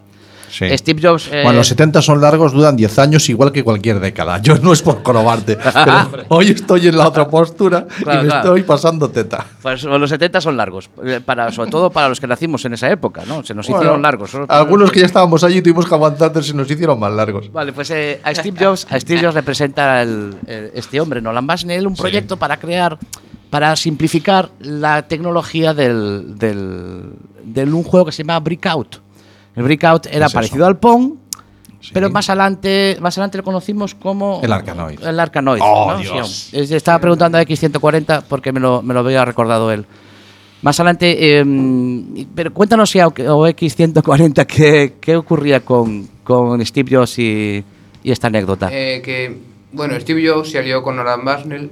S1: Sí.
S2: Steve Jobs... eh,
S1: Bueno, los 70 son largos, duran 10 años, igual que cualquier década. Yo no es por corobarte, pero hoy estoy en la otra postura
S2: Claro,
S1: y me
S2: claro.
S1: estoy pasando teta.
S2: Pues los 70 son largos, eh, para, sobre todo para los que nacimos en esa época, ¿no? Se nos
S1: Bueno,
S2: hicieron largos. Solo-
S1: Algunos que ya estábamos allí tuvimos que aguantar, se nos hicieron más largos.
S2: Vale, pues eh, a Steve Jobs, a Steve Jobs le presenta el- eh, este hombre, Nolan Bushnell, un proyecto para crear, para simplificar la tecnología del, del, del un juego que se llama Breakout. El Breakout era
S1: es eso?
S2: parecido al Pong, pero más adelante, más adelante lo conocimos como
S1: El Arkanoid.
S2: El Arkanoid.
S1: Oh,
S2: ¿no?
S1: Dios.
S2: Sí, es- Estaba preguntando a X140 porque me lo, me lo había recordado él. Más adelante, eh, pero cuéntanos si a OX140 qué, qué ocurría con, con Steve Jobs y, y esta anécdota.
S17: Eh, que, bueno, Steve Jobs se alió con Nolan Bushnell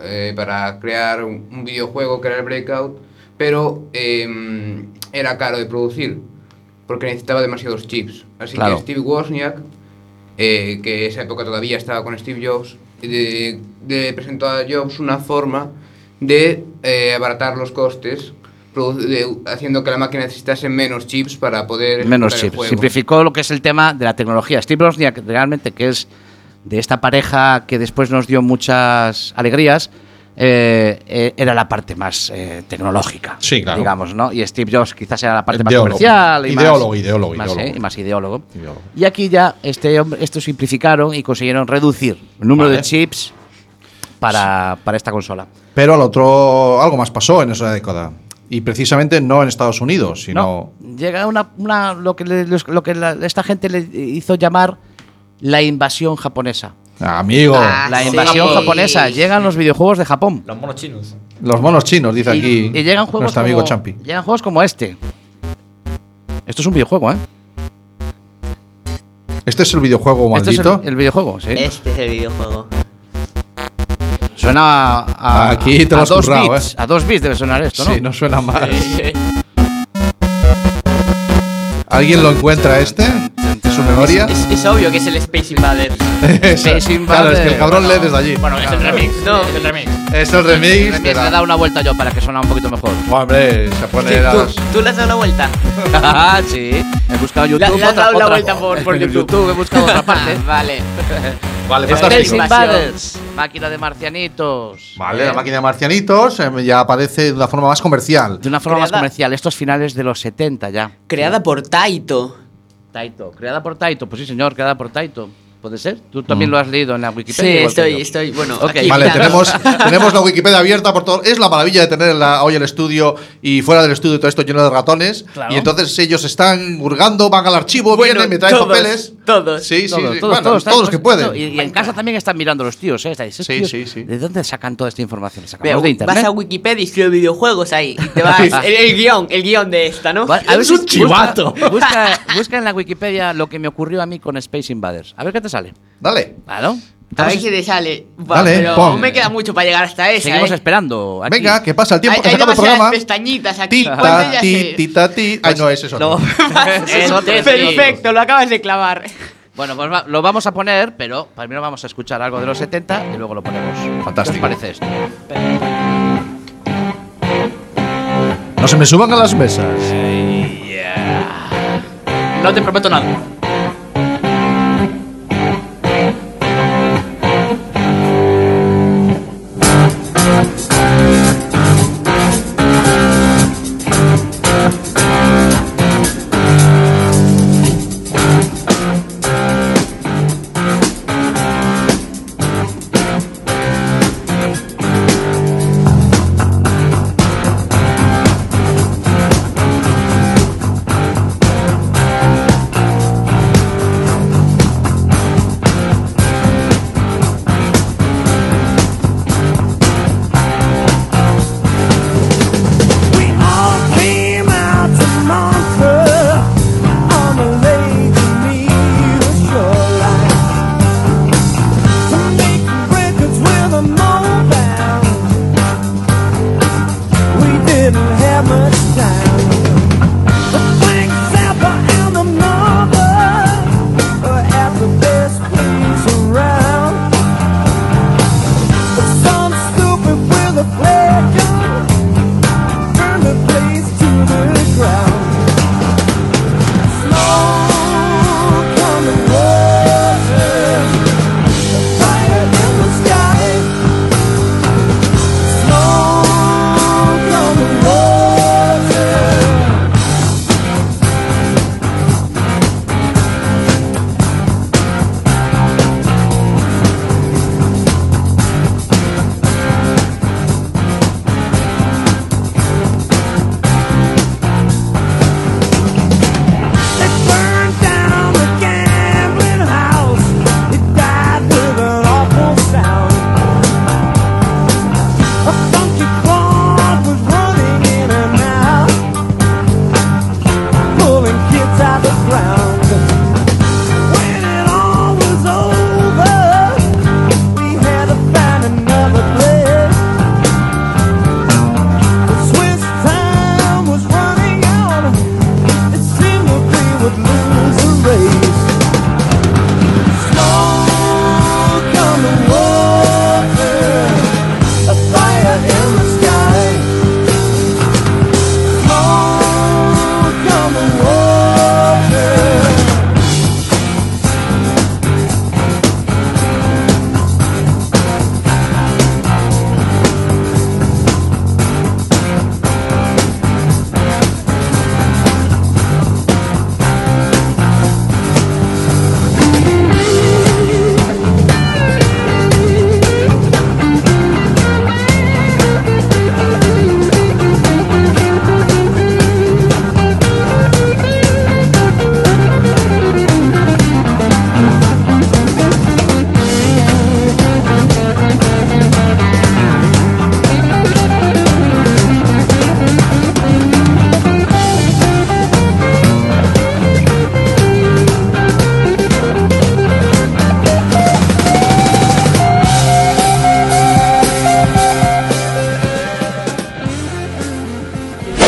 S17: eh, para crear un, un videojuego que era el Breakout, pero eh, era caro de producir porque necesitaba demasiados chips. Así
S2: Claro.
S17: que Steve Wozniak, eh, que esa época todavía estaba con Steve Jobs, de- de- presentó a Jobs una forma de eh, abaratar los costes. produ- de- haciendo que la máquina necesitase menos chips para poder
S2: Menos
S17: ejecutar el
S2: chip.
S17: juego.
S2: Simplificó lo que es el tema de la tecnología. Steve Wozniak, realmente, que es de esta pareja que después nos dio muchas alegrías, eh, eh, era la parte más eh, tecnológica.
S1: Sí, claro.
S2: Digamos, ¿no? Y Steve Jobs quizás era la parte
S1: Ideólogo.
S2: más comercial. Y más-
S1: Ideólogo, ideólogo,
S2: más, eh,
S1: ideólogo.
S2: y más ideólogo. Y aquí ya este hombre, esto simplificaron y consiguieron reducir el número de
S1: Vale.
S2: chips para, para esta consola.
S1: Pero al otro, algo más pasó en esa década. Y precisamente no en Estados Unidos, sino.
S2: Llega una, una- lo que, le- los- lo que la- esta gente le hizo llamar la invasión japonesa.
S1: Amigo,
S2: Ah, la invasión
S10: sí.
S2: japonesa. Llegan los videojuegos de Japón.
S10: Los monos chinos.
S1: los monos chinos, dice
S2: Y,
S1: aquí
S2: y llegan juegos
S1: nuestro amigo
S2: como,
S1: Champi.
S2: Llegan juegos como este. Esto es un videojuego, ¿eh?
S1: Este es el videojuego
S2: Este es
S1: maldito.
S2: el, el videojuego, sí.
S18: Este es el videojuego.
S2: Suena a, a-
S1: Aquí te lo
S2: a
S1: has
S2: dos
S1: currado,
S2: bits.
S1: ¿eh?
S2: A dos bits debe sonar esto, ¿no?
S1: Sí, no suena mal. ¿Alguien lo encuentra este? ¿En su memoria?
S18: Es, es obvio que es el Space Invaders.
S2: Space
S1: Claro, es que el
S2: Invaders.
S1: cabrón lee desde allí.
S18: Bueno, es el remix, ¿no? Es el remix.
S1: Es el remix.
S2: Le he
S1: de la-
S2: dado una vuelta yo para que suena un poquito mejor.
S1: Hombre, se pone
S18: Sí,
S1: las-
S18: tú, tú le has dado la vuelta.
S2: Ah, sí. He buscado YouTube.
S18: Le- le has
S2: otra-
S18: dado la
S2: otra-
S18: vuelta por- por
S2: en
S18: YouTube.
S2: He buscado otra parte.
S18: vale.
S1: Ah, Vale,
S2: Space
S1: fantástico.
S2: Invaders. Máquina de marcianitos.
S18: Eh,
S1: Vale, la máquina de marcianitos eh, ya aparece de una forma más comercial.
S2: De una forma más
S18: Creada-
S2: comercial. Estos finales de los 70 ya.
S18: Creada por Taito.
S2: Taito. Creada por Taito. Pues sí, señor. Creada por Taito. ¿Puede ser? Tú también lo has leído en la Wikipedia.
S18: Sí,
S2: igual que
S18: estoy,
S2: yo.
S18: estoy. Bueno,
S2: Ok.
S18: aquí
S1: Mm. Vale,
S18: mirando.
S1: tenemos, tenemos la Wikipedia abierta por todo. Es la maravilla de tener la- hoy el estudio y fuera del estudio todo esto lleno de ratones.
S2: Claro.
S1: Y entonces ellos están hurgando, van al archivo,
S18: Bueno,
S1: vienen, me traen
S18: todos,
S1: papeles.
S18: Todos.
S1: Sí, sí,
S2: Todos, todos,
S1: sí. Bueno,
S2: todos,
S1: todos los
S2: están-
S1: que pueden.
S2: Y, y en casa también están mirando los tíos, ¿eh? Estáis,
S1: Sí,
S2: tíos,
S1: sí, sí.
S2: ¿De dónde sacan toda esta información?
S18: Mira,
S2: ¿La sacamos de internet?
S18: vas a Wikipedia y escribes videojuegos ahí. Y te vas. el, el guión, el guión de esta, ¿no?
S2: Va- a ver si- busca-
S1: chivato.
S2: Busca, busca en la Wikipedia lo que me ocurrió a mí con Space Invaders. A ver qué te sale.
S1: Dale.
S2: Claro.
S18: A
S2: Estamos-
S18: ver qué te sale. Va,
S1: Dale,
S18: pero
S1: pon.
S18: aún me queda mucho para llegar hasta esa.
S2: Seguimos
S18: ¿eh?
S2: esperando. aquí.
S1: Venga, que pasa el tiempo,
S18: Hay,
S1: que
S18: hay
S1: se acaba el
S18: demasiadas
S1: programa.
S18: pestañitas aquí. ¿Cuántas
S1: Tita,
S18: ya
S1: ti,
S18: sé?
S1: tita, ti.
S18: pues
S1: Ay, no, es eso.
S18: No,
S1: no.
S2: Es otro
S18: perfecto, lo acabas de clavar.
S2: Bueno, pues va- lo vamos a poner, pero primero vamos a escuchar algo de los 70 y luego lo ponemos.
S1: Fantástico.
S2: ¿Qué os parece esto?
S1: No se me suban a las mesas.
S2: No te prometo nada.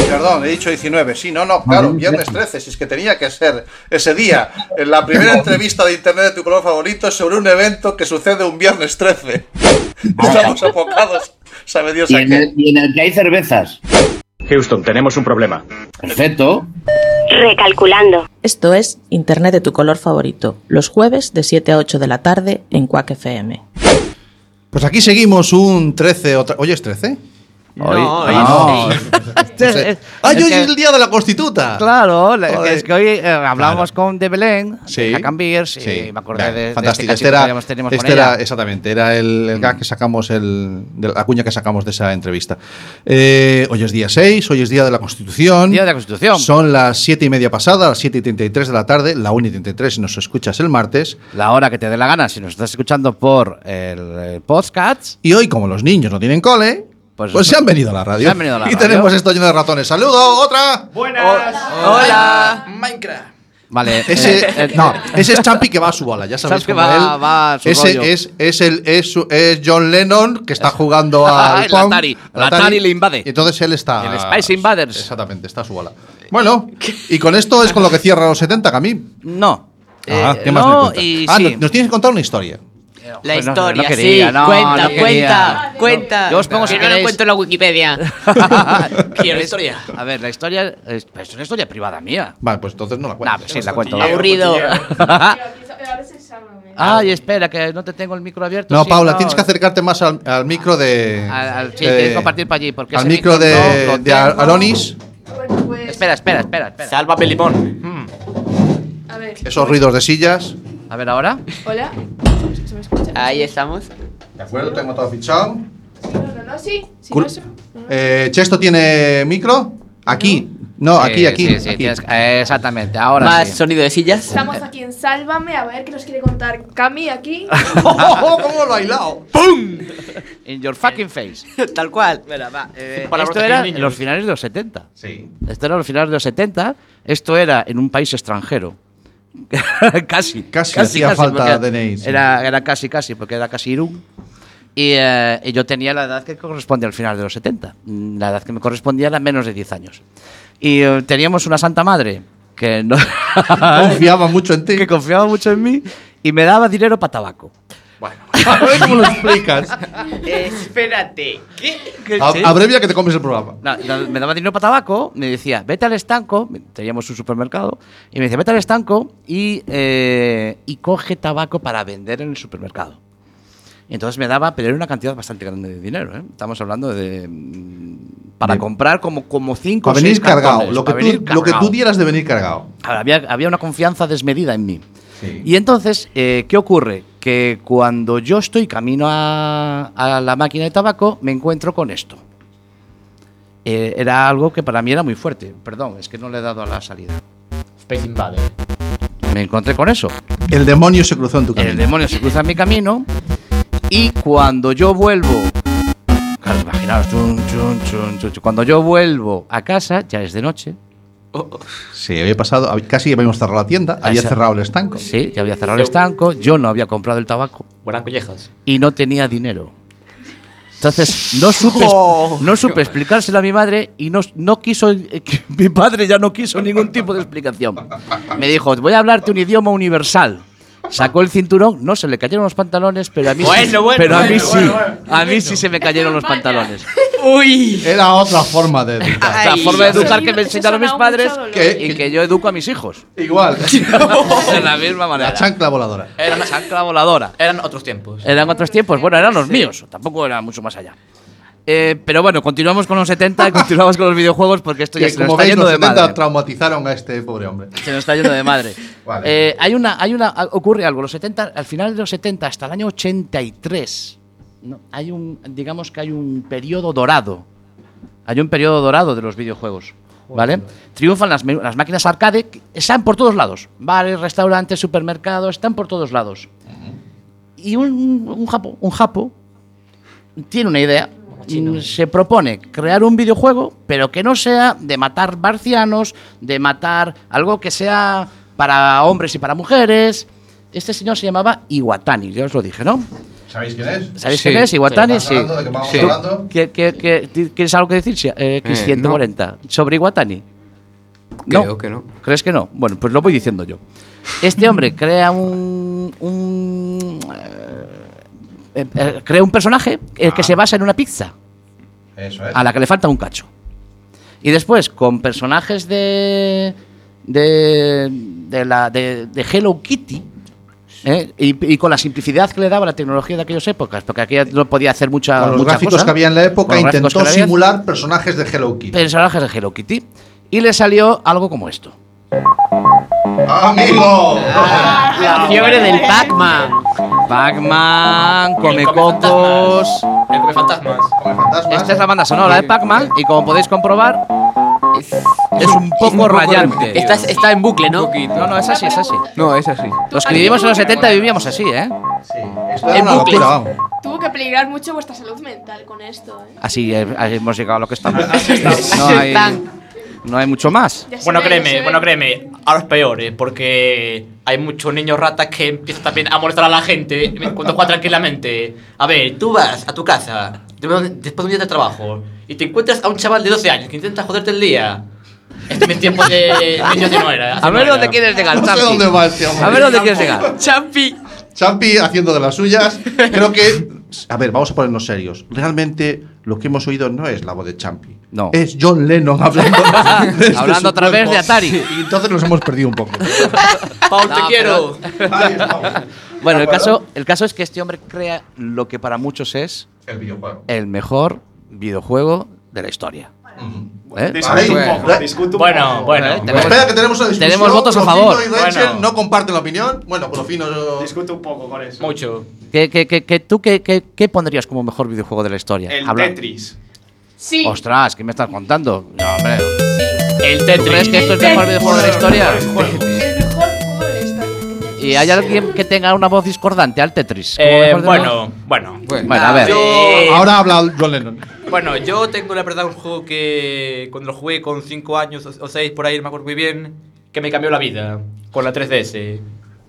S1: perdón, he dicho 19. Sí, no, no, claro, viernes 13. Si es que tenía que ser ese día. En la primera entrevista de internet de tu color favorito es sobre un evento que sucede un viernes 13. Estamos apocados. Sabe Dios
S19: Y
S1: a
S19: en,
S1: qué.
S19: el, y en el que hay cervezas.
S3: Houston, tenemos un problema.
S19: Perfecto.
S5: Recalculando. Esto es Internet de tu color favorito, los jueves de 7 a 8 de la tarde en Quack FM.
S1: Pues aquí seguimos un 13. Otra... ¿Hoy es 13?
S2: No,
S1: Hoy- Ah,
S2: hoy no.
S1: No sé. ¡Ay,
S2: Es
S1: hoy
S2: que-
S1: es el día de la Constituta!
S2: Claro, la-
S1: Joder.
S2: es que hoy eh, hablábamos con De Belén,
S1: Sí.
S2: de Hack and Beers, y
S1: Sí,
S2: me acordé
S1: Vale,
S2: de- de,
S1: fantástico.
S2: este
S1: Este era,
S2: cachito que teníamos
S1: este
S2: con
S1: era-
S2: ella.
S1: exactamente, era el, el gag que sacamos, el, de la cuña que sacamos de esa entrevista. Eh, hoy es día 6, hoy es día de la Constitución.
S2: Día de la Constitución.
S1: Son las 7 y media pasadas, las 7 y 33 de la tarde, la 1 y 33 si nos escuchas el martes.
S2: La hora que te dé la gana, si nos estás escuchando por el, eh, podcast.
S1: Y hoy, como los niños no tienen cole, pues, se han venido a la radio.
S2: se han venido a la
S1: y
S2: radio.
S1: tenemos esto lleno de ratones. ¡Saludo! ¡Otra!
S10: Buenas.
S2: Hola.
S10: Minecraft.
S2: Vale,
S1: Ese,
S2: eh, eh,
S1: no, ese es Champi que va a su bola, ya sabéis
S2: Champi
S1: cómo
S2: va-
S1: él.
S2: va a su
S1: ese
S2: rollo.
S1: es, es, el, es, su- es John Lennon que está jugando al
S2: Ah, El
S1: Pong.
S2: Atari. El Atari le invade.
S1: Y entonces él está.
S2: El Space Invaders.
S1: Exactamente, está a su bola. Bueno, y con esto es con lo que cierra los 70, Camín.
S2: No.
S1: Ah,
S2: Eh,
S1: ¿qué más
S2: no,
S1: me cuentas?
S2: y
S1: Ah,
S2: sí.
S1: no- nos tienes que contar una historia.
S18: La
S2: Pues no,
S18: historia,
S2: no quería,
S18: sí.
S2: no,
S18: cuenta,
S2: no
S18: cuenta,
S2: quería.
S18: cuenta.
S2: Yo os pongo si
S18: que no lo
S2: queréis.
S18: encuentro en la Wikipedia. Quiero la historia.
S2: A ver, la historia es, pues es una historia privada mía.
S1: Vale, pues entonces no la cuento.
S2: Nah, pues sí, la cuento.
S18: Aburrido.
S2: Ay, espera, que no te tengo el micro abierto.
S1: No,
S2: sí,
S1: Paula, tienes que acercarte más al, al micro de.
S2: Al, al- sí,
S1: de-
S2: tienes que compartir para allí. Porque
S1: al
S2: ese
S1: micro de,
S2: no lo
S1: de Ar-
S2: tengo.
S1: Aronis.
S2: Espera, espera, espera. espera.
S10: Salva Pelipón.
S7: A ver.
S1: Esos ruidos de sillas.
S2: A ver, ahora.
S7: Hola. ¿Se me escucha?
S18: Ahí estamos.
S1: De acuerdo, tengo todo fichado.
S7: No, no, no, sí. sí
S1: Cul-
S7: no, sí.
S1: Eh, ¿Chesto tiene micro? Aquí. No, aquí,
S2: Sí,
S1: aquí.
S2: sí, sí,
S1: aquí.
S2: tienes- eh, exactamente, ahora
S18: Más
S2: sí.
S18: sonido de sillas.
S7: Estamos aquí en Sálvame, a ver qué nos quiere contar Cami aquí.
S1: Oh, ¿Cómo lo ha hilado?
S2: In your fucking face.
S18: Tal cual. Mira, va. eh,
S2: Esto era en los finales de los 70.
S1: Sí.
S2: Esto era en los finales de los 70. Esto era en un país extranjero. casi.
S1: Casi hacía falta
S2: porque
S1: DNI, sí.
S2: Era, era casi, casi, porque era casi Irún. Y, eh, y yo tenía la edad que corresponde al final de los 70. Mm, La edad que me correspondía era menos de 10 años. Y eh, teníamos una santa madre que no
S1: confiaba mucho en ti.
S2: Que confiaba mucho en mí y me daba dinero para tabaco.
S1: A ver cómo lo explicas.
S18: Espérate.
S1: A- Abrevia que te comes el programa.
S2: No, no, me daba dinero para tabaco, me decía, vete al estanco, teníamos un supermercado, y me decía, vete al estanco y, eh, y coge tabaco para vender en el supermercado. Y entonces me daba, pero era una cantidad bastante grande de dinero, ¿eh? estamos hablando de... mm, Para
S1: Bien.
S2: comprar como, como cinco o
S1: Para venir
S2: seis
S1: cargado.
S2: cartones,
S1: Lo que,
S2: para venir
S1: tú, lo que
S2: cargado.
S1: tú dieras de venir cargado.
S2: Ahora, había, había una confianza desmedida en mí. Y entonces, eh, ¿qué ocurre? Que cuando yo estoy camino a, a la máquina de tabaco, me encuentro con esto. Eh, era algo que para mí era muy fuerte. Perdón, es que no le he dado a la salida.
S20: Space Invade.
S2: Me encontré con eso.
S1: El demonio se cruzó en tu
S2: El
S1: camino.
S2: demonio se cruza en mi camino y cuando yo vuelvo... Claro, imaginaos, chun, chun, chun, chun, chun. cuando yo vuelvo a casa, ya es de noche.
S1: Sí, había pasado. hab- Casi habíamos cerrado la tienda. Había
S2: Esa-
S1: cerrado el estanco.
S2: Sí, ya había cerrado el estanco, yo no había comprado el tabaco.
S10: Buenas collejas.
S2: y no tenía dinero. Entonces, no supe,
S10: Oh.
S2: no supe explicárselo a mi madre y no, no quiso, eh, que- mi padre ya no quiso ningún tipo de explicación. Me dijo, voy a hablarte un idioma universal. Sacó el cinturón, no se le cayeron los pantalones, pero a mí sí,
S18: Bueno, bueno,
S2: pero a mí
S18: bueno,
S2: sí,
S18: bueno,
S2: a mí sí se me cayeron los pantalones.
S18: Uy.
S1: Era otra forma de educar.
S2: La
S18: Ay.
S2: forma de
S7: Eso
S2: educar
S7: sí,
S2: que me
S7: eso
S2: enseñaron mis
S7: sonaba mucho
S2: padres
S7: dolor.
S1: Que-
S2: y que yo educo a mis hijos.
S1: Igual.
S2: De la misma
S1: La
S2: manera.
S1: chancla voladora.
S2: Era una chancla voladora.
S10: Eran otros tiempos.
S2: Eran otros tiempos, bueno, eran los míos, tampoco era mucho más allá. Eh, pero bueno, continuamos con los 70 y continuamos con los videojuegos porque esto ya
S1: Que
S2: se nos
S1: como
S2: está
S1: veis,
S2: yendo
S1: los
S2: de
S1: 70
S2: madre.
S1: traumatizaron a este pobre hombre.
S2: Se nos está yendo de madre.
S1: Vale.
S2: Eh, hay una, hay una, ocurre algo, los 70, al final de los 70 hasta el año 83, no, hay un, digamos que hay un periodo dorado. Hay un periodo dorado de los videojuegos. ¿Vale? Triunfan las, me- las máquinas arcade, que están por todos lados. Bares, restaurantes, supermercados, están por todos lados. Y un, un japo, un japo tiene una idea. Mm, Se propone crear un videojuego, pero que no sea de matar marcianos, de matar algo que sea para hombres y para mujeres. Este señor se llamaba Iwatani, ya os lo dije, ¿no?
S1: ¿Sabéis quién es?
S2: ¿Sabéis quién es? Iwatani, sí.
S1: ¿Estamos hablando de que vamos
S2: Sí.
S1: hablando?
S2: ¿Qué- qué- qué- ti- ¿Quieres algo que decir, Xia- eh, Chris
S1: Eh,
S2: 140? ¿Sobre Iwatani?
S17: Creo que no.
S2: ¿Crees que no? Bueno, pues lo voy diciendo yo. Este hombre crea un. un, eh, eh, crea un personaje el que se basa en una pizza
S1: Eso es.
S2: a la que le falta un cacho. Y después, con personajes de. de. de, la, de, de Hello Kitty. ¿eh? Y, y con la simplicidad que le daba la tecnología de aquellas épocas, porque aquí no podía hacer mucha.
S1: Con los
S2: mucha
S1: gráficos
S2: cosa.
S1: que había en la
S2: Con
S1: época,
S2: los gráficos
S1: intentó
S2: que había.
S1: simular personajes de Hello Kitty.
S2: Personajes de Hello Kitty. Y le salió algo como esto.
S1: Ah, ¡Amigo!
S18: Ah,
S10: Ah,
S18: La fiebre del Pac-Man.
S2: Pac-Man, Come Cocos.
S10: El Eh, come fantasmas.
S2: Esta es la banda sonora de Pac-Man y como podéis comprobar, es un poco rayante.
S18: Está, está en bucle, ¿no?
S2: No, no, es así, es así.
S17: No, es así.
S2: Los que vivimos en los 70 vivíamos así, ¿eh?
S1: Esto era una locura, vamos.
S7: Tuvo que peligrar mucho vuestra salud mental con esto, ¿eh?
S2: Así eh, hemos llegado a lo que estamos. No
S7: Así
S2: hay,
S7: están.
S2: no hay mucho más.
S7: Ya se
S10: Bueno,
S7: ve, ya se
S10: créeme,
S7: ve.
S10: bueno, créeme, ahora es peor, eh, porque hay muchos niños ratas que empiezan también a molestar a la gente cuando juegan tranquilamente. A ver, tú vas a tu casa, después de un día de trabajo, y te encuentras a un chaval de 12 años que intenta joderte el día. Este es mi tiempo de niños de no era. ¿eh?
S18: A ver dónde quieres llegar,
S1: No sé
S18: Champi.
S1: dónde va este hombre.
S18: A ver dónde quieres llegar.
S10: Champi.
S1: Champi haciendo de las suyas. Creo que. A ver, vamos a ponernos serios. Realmente lo que hemos oído no es la voz de Champi.
S2: No.
S1: Es John Lennon hablando. desde
S2: Hablando
S1: su
S2: otra vez
S1: cuerpo.
S2: de Atari.
S1: Sí, Y entonces nos hemos perdido un poco.
S10: Paul, te
S2: No,
S10: quiero.
S2: Bueno, el
S1: ¿De acuerdo?
S2: caso, el caso es que este hombre crea lo que para muchos es
S1: El videojuego.
S2: el mejor videojuego de la historia. ¿Eh?
S1: Discute un poco,
S20: discute
S10: Bueno, bueno.
S2: Tenemos-
S1: Espera, que tenemos una discusión.
S2: tenemos votos a
S1: Rufino
S2: favor.
S1: y Rachel
S10: Bueno.
S1: no comparten la opinión. Bueno, Profino.
S20: Discuto un poco con eso.
S10: Mucho.
S2: ¿Qué, qué, qué- qué- tú qué, qué- qué pondrías como mejor videojuego de la historia?
S20: El
S2: Habla-
S20: Tetris.
S7: Sí.
S2: Ostras, ¿qué me estás contando? No, hombre.
S10: El
S2: ¿Tú
S10: Tetris.
S2: crees que esto es el mejor videojuego de la historia?
S7: El mejor juego de la historia.
S2: ¿Y hay alguien que tenga una voz discordante al Tetris? como
S10: Eh,
S2: mejor de
S10: bueno, bueno, bueno.
S2: Bueno, a ver.
S10: Yo-
S1: Ahora habla John Lennon.
S10: Bueno, yo tengo la verdad un juego que cuando lo jugué con 5 años o 6 por ahí, no me acuerdo muy bien, que me cambió la vida con la 3DS.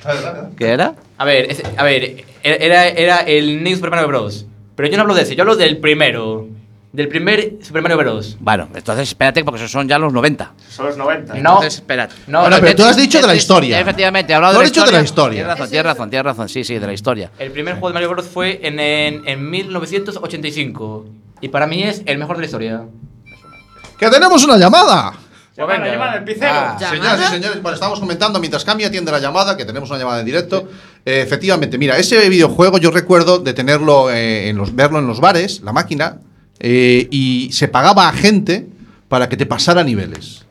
S2: voz? ¿Qué era?
S10: A ver, ese- a ver, era, era el New Super Mario Bros. Pero yo no hablo de ese, yo hablo del primero. Del primer Super Mario Bros.
S2: Bueno, entonces espérate porque esos son ya los 90.
S20: Son los 90.
S2: Entonces, espérate.
S10: No,
S1: Bueno,
S10: no,
S1: pero tú
S10: Tetris-
S1: has dicho de la
S10: Tetris-
S1: historia.
S2: Efectivamente, he hablado
S1: No
S2: de,
S1: he dicho de la historia.
S2: Tienes razón, tienes razón, tienes razón. Sí, sí, de la historia.
S10: El primer juego de Mario Bros. fue en, en, en 1985. Y para mí es el mejor de la historia.
S1: ¡Que tenemos una llamada!
S20: Llamada,
S10: venga.
S20: llamada, el picero.
S10: Ah,
S1: Señoras y señores, bueno, estamos comentando mientras Cami atiende la llamada, que tenemos una llamada en directo. Eh, efectivamente, mira, ese videojuego yo recuerdo de tenerlo eh, en los, verlo en los bares, la máquina, eh, y se pagaba a gente para que te pasara niveles.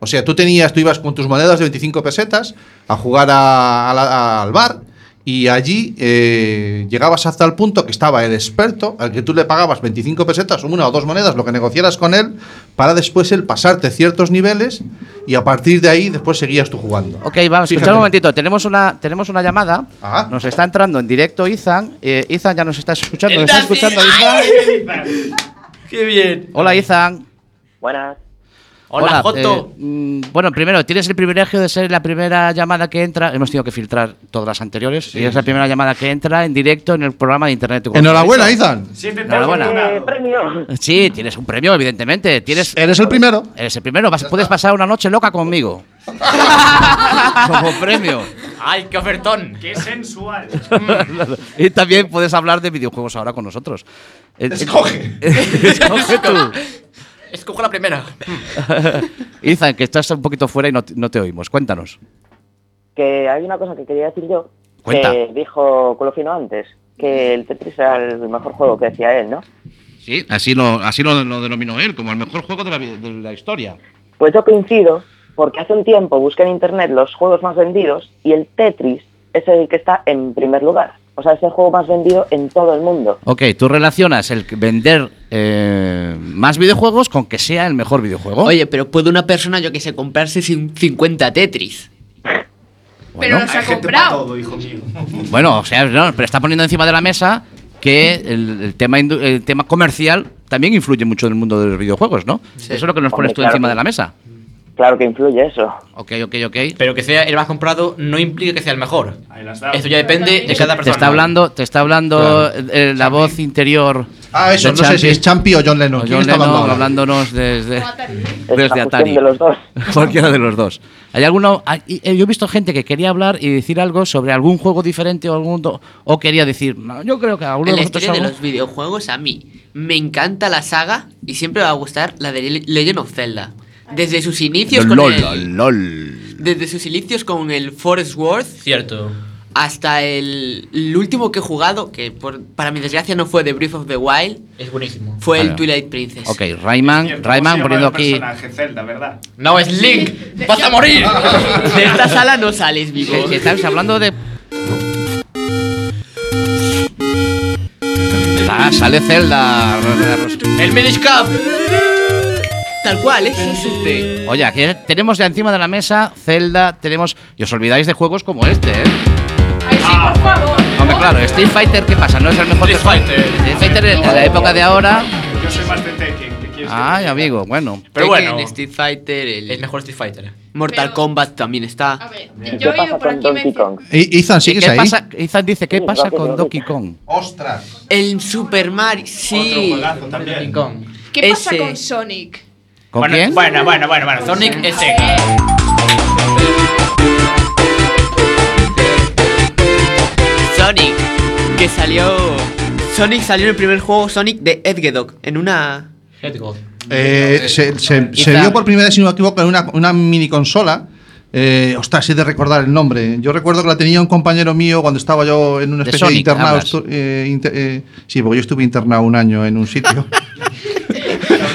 S1: O sea, tú tenías, tú ibas con tus monedas de 25 pesetas a jugar a- a la- al bar y allí eh, llegabas hasta el punto que estaba el experto al que tú le pagabas 25 pesetas, una o dos monedas, lo que negociaras con él, para después él pasarte ciertos niveles y a partir de ahí después seguías tú jugando.
S2: Ok, vamos, escuchad
S1: Fíjate.
S2: un momentito. Tenemos una, tenemos una llamada.
S1: Ajá.
S2: Nos está entrando en directo Izan. Eh, Izan ya nos está escuchando. ¿Nos está escuchando Izan?
S10: ¡Qué bien!
S2: Hola, Izan.
S21: Buenas.
S10: Hola,
S2: eh,
S10: Joto.
S2: mm, bueno, primero, tienes el privilegio de ser la primera llamada que entra. Hemos tenido que filtrar todas las anteriores. y es la primera llamada que entra en directo en el programa de Internet. de Cultura.
S1: Enhorabuena, Izan.
S2: Enhorabuena. Sí, tienes un premio, evidentemente. Tienes,
S1: Eres el primero.
S2: Eres el primero. Vas- puedes pasar una noche loca conmigo. Como premio.
S10: ¡Ay, qué ofertón!
S20: Qué sensual.
S2: y también puedes hablar de videojuegos ahora con nosotros. Eh, eh,
S20: Escoge.
S2: Escoge tú.
S10: Escojo la primera.
S2: Izan, que estás un poquito fuera y no, te- no te oímos. Cuéntanos.
S21: Que hay una cosa que quería decir yo.
S2: Cuenta.
S18: Eh,
S21: Que dijo Colofino antes, que el Tetris era el mejor juego que decía él, ¿no?
S2: Sí, así lo, así lo, denominó él, como el mejor juego de la, historia.
S21: Pues yo coincido, porque hace un tiempo busqué en internet los juegos más vendidos y el Tetris es el que está en primer lugar. O sea, es el juego más vendido en todo el mundo.
S2: Ok, tú relacionas el vender eh, más videojuegos con que sea el mejor videojuego.
S18: Oye, pero puede una persona, yo que sé, comprarse cin- 50 Tetris.
S7: Pero los ha comprado.
S20: Todo, hijo mío.
S2: Bueno, o sea, no, pero está poniendo encima de la mesa que el, el tema, indu- el tema comercial también influye mucho en el mundo de los videojuegos, ¿no? Eso es lo que nos
S21: Hombre,
S2: pones tú
S21: claro
S2: encima
S21: que-
S2: de la mesa.
S21: Claro que influye eso.
S2: Ok, ok, ok.
S10: Pero que sea el más comprado no implica que sea el mejor. Esto ya depende de cada persona.
S2: Te está hablando, te está hablando eh, la voz interior.
S1: Ah, eso,
S2: de
S1: no sé
S2: Champi.
S1: si es Champi o John Lennon.
S2: O
S1: ¿Quién
S2: John
S1: está
S2: Lennon
S1: hablando ahora?
S2: hablándonos desde, desde
S1: la
S2: Atari.
S1: fusión de los
S21: dos.
S2: Cualquiera de los dos. Hay alguno, hay- eh, yo he visto gente que quería hablar y decir algo sobre algún juego diferente o algún do- o quería decir, "No, yo creo que a alguno
S18: En
S2: de
S18: la
S2: vosotros
S18: historia de
S2: algo".
S18: los videojuegos, a mí me encanta la saga y siempre me va a gustar la de Le- Legend of Zelda. Desde sus inicios con
S2: Lol,
S18: el, desde sus inicios con el Forest Wars
S10: Cierto.
S18: hasta el, el último que he jugado, que por- para mi desgracia no fue The Breath of the Wild,
S10: Es buenísimo.
S18: fue el
S2: Vale.
S18: Twilight Princess.
S2: Ok, Rayman, Rayman poniendo aquí.
S20: Zelda, ¿verdad?
S10: No, es Link. ¡Vas a morir!
S18: De esta sala no sales vivo.
S2: Sí, sí, estamos hablando de. Ah, sale Zelda.
S18: ¡El Miniscap! Tal cual, ese es este.
S2: Oye, aquí tenemos ya encima de la mesa Zelda, tenemos. Y os olvidáis de juegos como este, ¿eh? Hombre, claro, Street Fighter, ¿qué pasa? No es el mejor Street Fighter. Street Fighter en la época de ahora.
S20: Yo soy más de Tekken. que quieres
S2: Ay, amigo, bueno.
S18: Pero bueno. Street Fighter, el, mejor Street Fighter. Mortal Kombat también está.
S7: Yo he ido por aquí me
S1: I- Ethan, ¿sigues
S2: ¿Qué
S1: ahí?
S2: Pasa, Ethan dice, ¿qué
S18: Sí,
S2: pasa
S18: gracias,
S2: con
S18: gracias.
S2: Donkey Kong?
S1: ¡Ostras!
S18: El Super Mario, sí. Donkey Kong.
S7: ¿Qué pasa
S18: Ese.
S7: con Sonic?
S2: ¿Con
S10: bueno,
S2: quién?
S10: Bueno, bueno, bueno, bueno. Sonic es seca.
S18: Sonic, que salió... Sonic salió en el primer juego Sonic de Edgedog, en una...
S10: Edgedog.
S1: Eh, se, se- se
S18: Ethan.
S1: vio por primera vez, si no me equivoco, en una, una mini consola. Eh, ostras, he de recordar el nombre. Yo recuerdo que la tenía un compañero mío cuando estaba yo en una
S2: De
S1: especie de,
S2: Sonic,
S1: internado.
S2: hablas.
S1: estu- eh, inter- eh, sí, porque yo estuve internado un año en un sitio.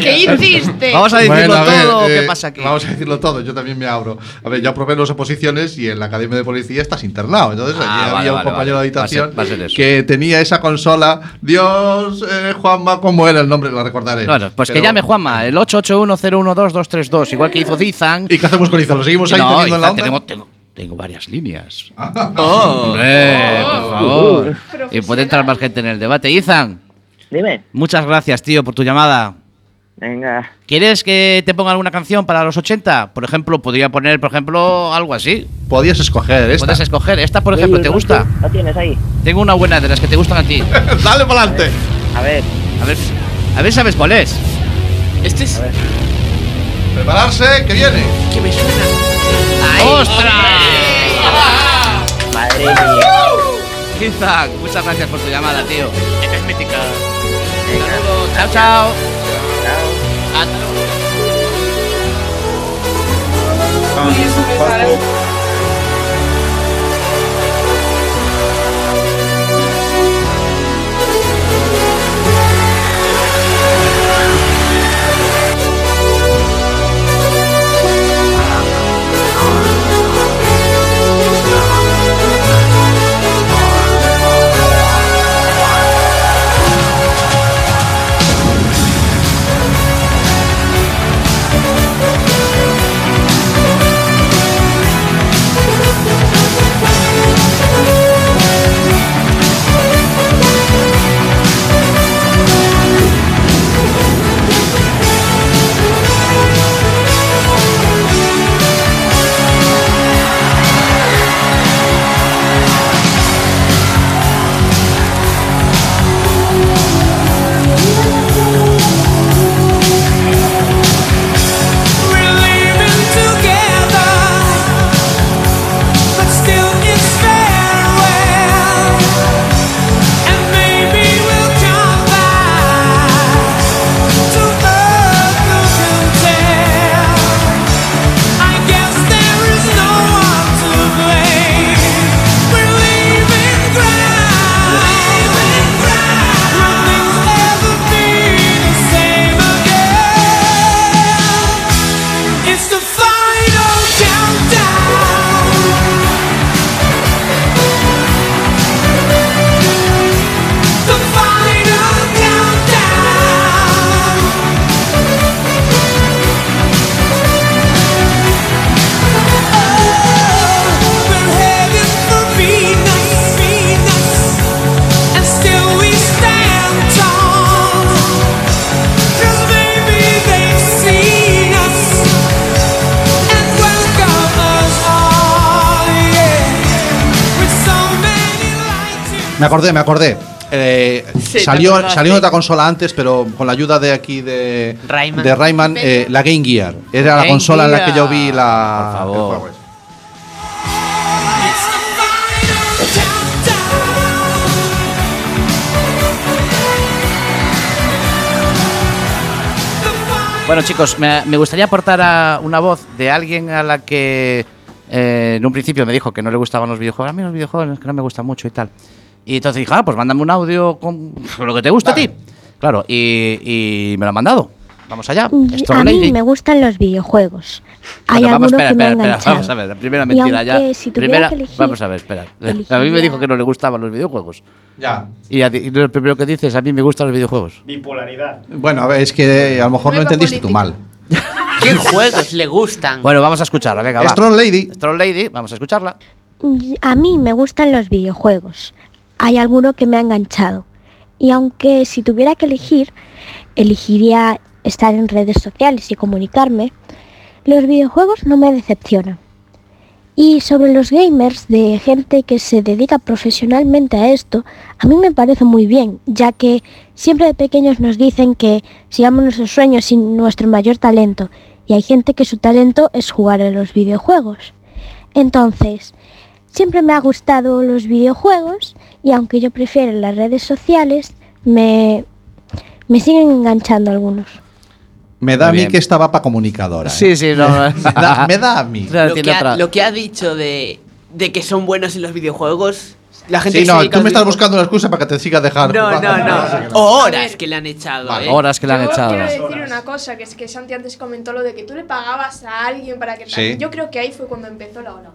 S7: ¿Qué hiciste?
S2: Vamos a decirlo
S1: Bueno, ver,
S2: todo, ¿qué
S1: eh,
S2: pasa aquí?
S1: Vamos a decirlo todo, yo también me abro. A ver, yo aprobé las oposiciones y en la Academia de Policía estás internado. Entonces
S2: Ah,
S1: allí
S2: vale,
S1: había un
S2: vale,
S1: compañero
S2: vale.
S1: de habitación
S2: Va a ser- va a ser eso.
S1: que tenía esa consola. Dios, eh, Juanma, ¿cómo era el nombre? La recordaré.
S2: No, no, pues
S1: Pero- eh,
S2: que llame Juanma, el 881012232, igual que hizo Dizan.
S1: ¿Y qué hacemos con Izan? ¿Lo seguimos ahí
S2: no,
S1: teniendo en la
S2: Izan,
S1: onda? Ah.
S2: tenemos- tengo, tengo varias líneas.
S18: Oh.
S2: Hombre, por favor.
S18: Uh.
S2: y puede entrar más gente en el debate. Izan,
S21: Dime.
S2: muchas gracias, tío, por tu llamada.
S21: Venga.
S2: ¿Quieres que te ponga alguna canción para los 80? Por ejemplo, podría poner, por ejemplo, algo así.
S1: Podías escoger esta.
S2: Puedes escoger. Esta, por ejemplo, ¿te gusta?
S21: ¿Lo tienes ahí?
S2: Tengo una buena de las que te gustan a ti.
S1: Dale para adelante.
S21: A ver.
S2: A ver, a ver, ¿sabes cuál es?
S18: Este es...
S1: Prepararse, que viene.
S18: Que me suena.
S2: ¡Ostras!
S21: Madre mía.
S2: Izan, muchas gracias por tu llamada, tío. Es mítica. Chao, chao.
S11: Thank
S1: Me acordé, me acordé. Eh,
S22: Sí, te
S1: salió,
S22: acordaste.
S1: salió en otra consola antes, pero con la ayuda de aquí de
S22: Rayman.
S1: de Rayman, eh, la Game Gear. Era la
S22: Game
S1: consola en la que
S22: Gear.
S1: yo vi la, el juego ese.
S2: Bueno, chicos, me, me gustaría aportar a una voz de alguien a la que eh, en un principio me dijo que no le gustaban los videojuegos. A mí los videojuegos que no me gustan mucho y tal. Y entonces dije, ah, pues mándame un audio con lo que te gusta a ti. Claro, y, y me lo han mandado. Vamos allá.
S15: a
S2: Storm
S15: mí
S2: Lady.
S15: me gustan los videojuegos. Hay
S2: Bueno,
S15: algunos que me han
S2: vamos a
S15: enganchado.
S2: ver, la primera
S15: Y
S2: mentira ya.
S15: aunque si tuviera
S2: Primera-
S15: que elegir,
S2: vamos a ver, espera. A mí me
S15: elegiría-
S2: dijo que no le gustaban los videojuegos.
S1: Ya.
S2: Y, a ti- y lo primero que dices, a mí me gustan los videojuegos.
S20: Bipolaridad.
S1: Bueno, a ver, es que a lo mejor lo entendiste tú mal.
S22: ¿Qué juegos le gustan?
S2: Bueno, vamos a escucharla, venga, va.
S1: Strong Lady.
S2: Strong Lady, vamos a escucharla.
S15: Y A mí me gustan los videojuegos. Hay alguno que me ha enganchado. Y aunque si tuviera que elegir, elegiría estar en redes sociales y comunicarme, los videojuegos no me decepcionan. Y sobre los gamers, de gente que se dedica profesionalmente a esto, a mí me parece muy bien, ya que siempre de pequeños nos dicen que sigamos nuestros sueños y nuestro mayor talento, y hay gente que su talento es jugar a los videojuegos. Entonces, siempre me ha gustado los videojuegos y aunque yo prefiero las redes sociales, me, me siguen enganchando algunos.
S1: Me da
S2: Muy
S1: a
S2: bien.
S1: mí que estaba para comunicadora. ¿eh?
S2: Sí, sí, no.
S1: me, da, me da a mí.
S22: Lo que, ha, lo que ha dicho de, de que son buenos en los videojuegos, la gente
S1: Sí,
S22: que se
S1: no,
S22: dedica
S1: tú me
S22: a los
S1: estás buscando una excusa para que te sigas dejar.
S22: No, no, no. O horas que le han echado.
S2: Vale,
S22: ¿eh?
S2: horas que le han echado.
S7: Quiero decir una cosa, que es que Santi antes comentó lo de que tú le pagabas a alguien para que...
S1: Sí.
S7: Yo creo que ahí fue cuando empezó la hora.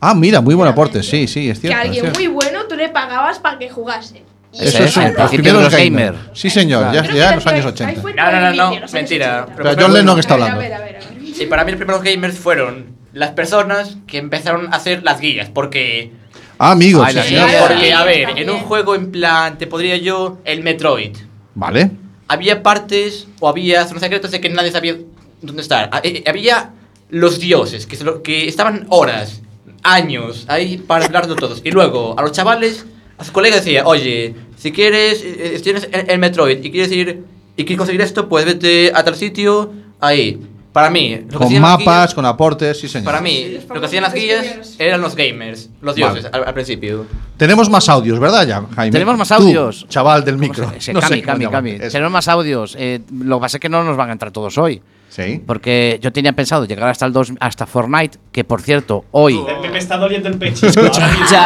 S1: Ah, mira, muy buen aporte. Sí, sí, es
S7: que
S1: cierto.
S7: a
S1: es
S7: alguien
S1: cierto.
S7: muy bueno tú le pagabas para que jugase. Y
S1: Eso es
S2: al
S1: un, los
S2: principio
S1: primeros
S2: de los
S1: gamer.
S2: gamer.
S1: Sí, señor, ya,
S7: Creo
S1: ya
S7: que
S1: en los años
S7: ahí
S1: 80.
S7: fue
S10: No,
S7: todo
S10: no, no,
S7: el
S10: no,
S7: inicio, los años
S10: mentira.
S7: 80.
S1: Pero John Lennon está hablando.
S10: Y para mí los primeros gamers fueron las personas que empezaron a hacer las guías, porque...
S1: Ah, amigos, sí,
S10: las
S1: señor.
S10: guías, porque, a ver, en un juego en plan, te podría yo, el Metroid.
S1: Vale.
S10: Había partes o había zonas secretas de que nadie sabía dónde estar. Ha- eh, Había los dioses, que, se lo- que estaban horas, años, ahí para hablarlo todos. Y luego, a los chavales, a sus colegas decía, oye, si quieres, eh, eh, tienes el, el Metroid y quieres ir y quieres conseguir esto, pues vete a tal sitio, ahí. Para mí, lo que
S1: Con
S10: hacían las guías-
S1: mapas, con aportes, sí, señor.
S10: para mí, lo que hacían las guías eran los gamers, los
S1: Vale.
S10: dioses, al, al principio.
S1: Tenemos más audios, ¿verdad, ya, Jaime?
S2: Tenemos más
S1: Tú,
S2: audios.
S1: chaval del micro.
S2: Sí,
S1: No sé
S2: Cami,
S1: cómo
S2: Cami,
S1: llamar.
S2: Cami. Tenemos más audios. Eh, lo que pasa es que no nos van a entrar todos hoy.
S1: Sí.
S2: Porque yo tenía pensado llegar hasta el 2, hasta Fortnite, que por cierto, hoy.
S22: Oh.
S20: Me, me está doliendo el pechisco. ahora mismo.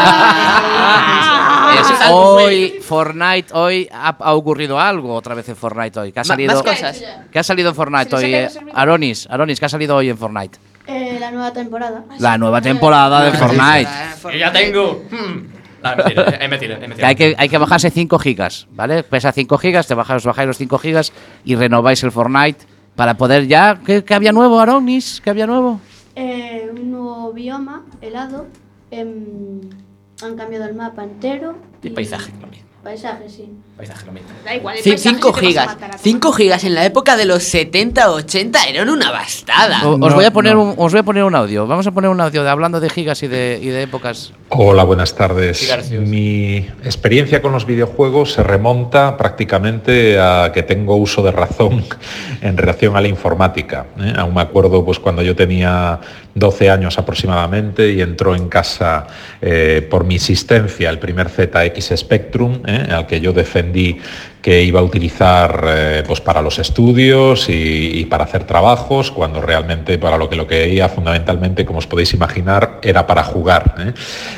S22: Ah,
S2: Eh,
S20: Eso es algo
S2: hoy, Fortnite, hoy ha, ha ocurrido algo otra vez en Fortnite hoy. Que ha
S18: Ma-
S2: salido,
S18: más cosas.
S2: Que ha salido en Fortnite
S18: Se nos ha
S2: hoy.
S18: caído
S2: eh,
S18: el servidor.
S2: Aronis, Aronis, que ha salido hoy en Fortnite.
S23: Eh, la nueva temporada.
S2: La nueva temporada de Fortnite.
S10: Y ya tengo. hmm. No, es mentira, es mentira, es
S2: Que
S10: mentira.
S2: hay, que, hay que bajarse 5 gigas, ¿vale? Pesa 5 gigas, te bajáis, os bajáis los 5 gigas y renováis el Fortnite para poder ya... ¿Qué, qué había nuevo, Aronis? ¿Qué había nuevo?
S23: Eh, un nuevo bioma, helado. em, han cambiado el mapa entero.
S10: Y paisaje, lo mismo.
S23: Paisaje, sí.
S10: Paisaje, lo mismo.
S23: Da igual. el
S18: Sí,
S23: paisaje
S18: 5
S23: sí te vas a
S18: gigas.
S23: matar a
S18: 5 gigas en la época de los 70 80 eran una bastada.
S2: O- os, voy a poner un, os voy a poner un audio. Vamos a poner un audio de- hablando de gigas y de, y de épocas.
S12: Hola, buenas tardes. Mi experiencia con los videojuegos se remonta prácticamente a que tengo uso de razón en relación a la informática. ¿eh? Aún me acuerdo pues, cuando yo tenía 12 años aproximadamente y entró en casa eh, por mi insistencia el primer ZX Spectrum, ¿eh? al que yo defendí que iba a utilizar eh, pues, para los estudios y, y para hacer trabajos, cuando realmente para lo que lo quería fundamentalmente, como os podéis imaginar, era para jugar. ¿eh?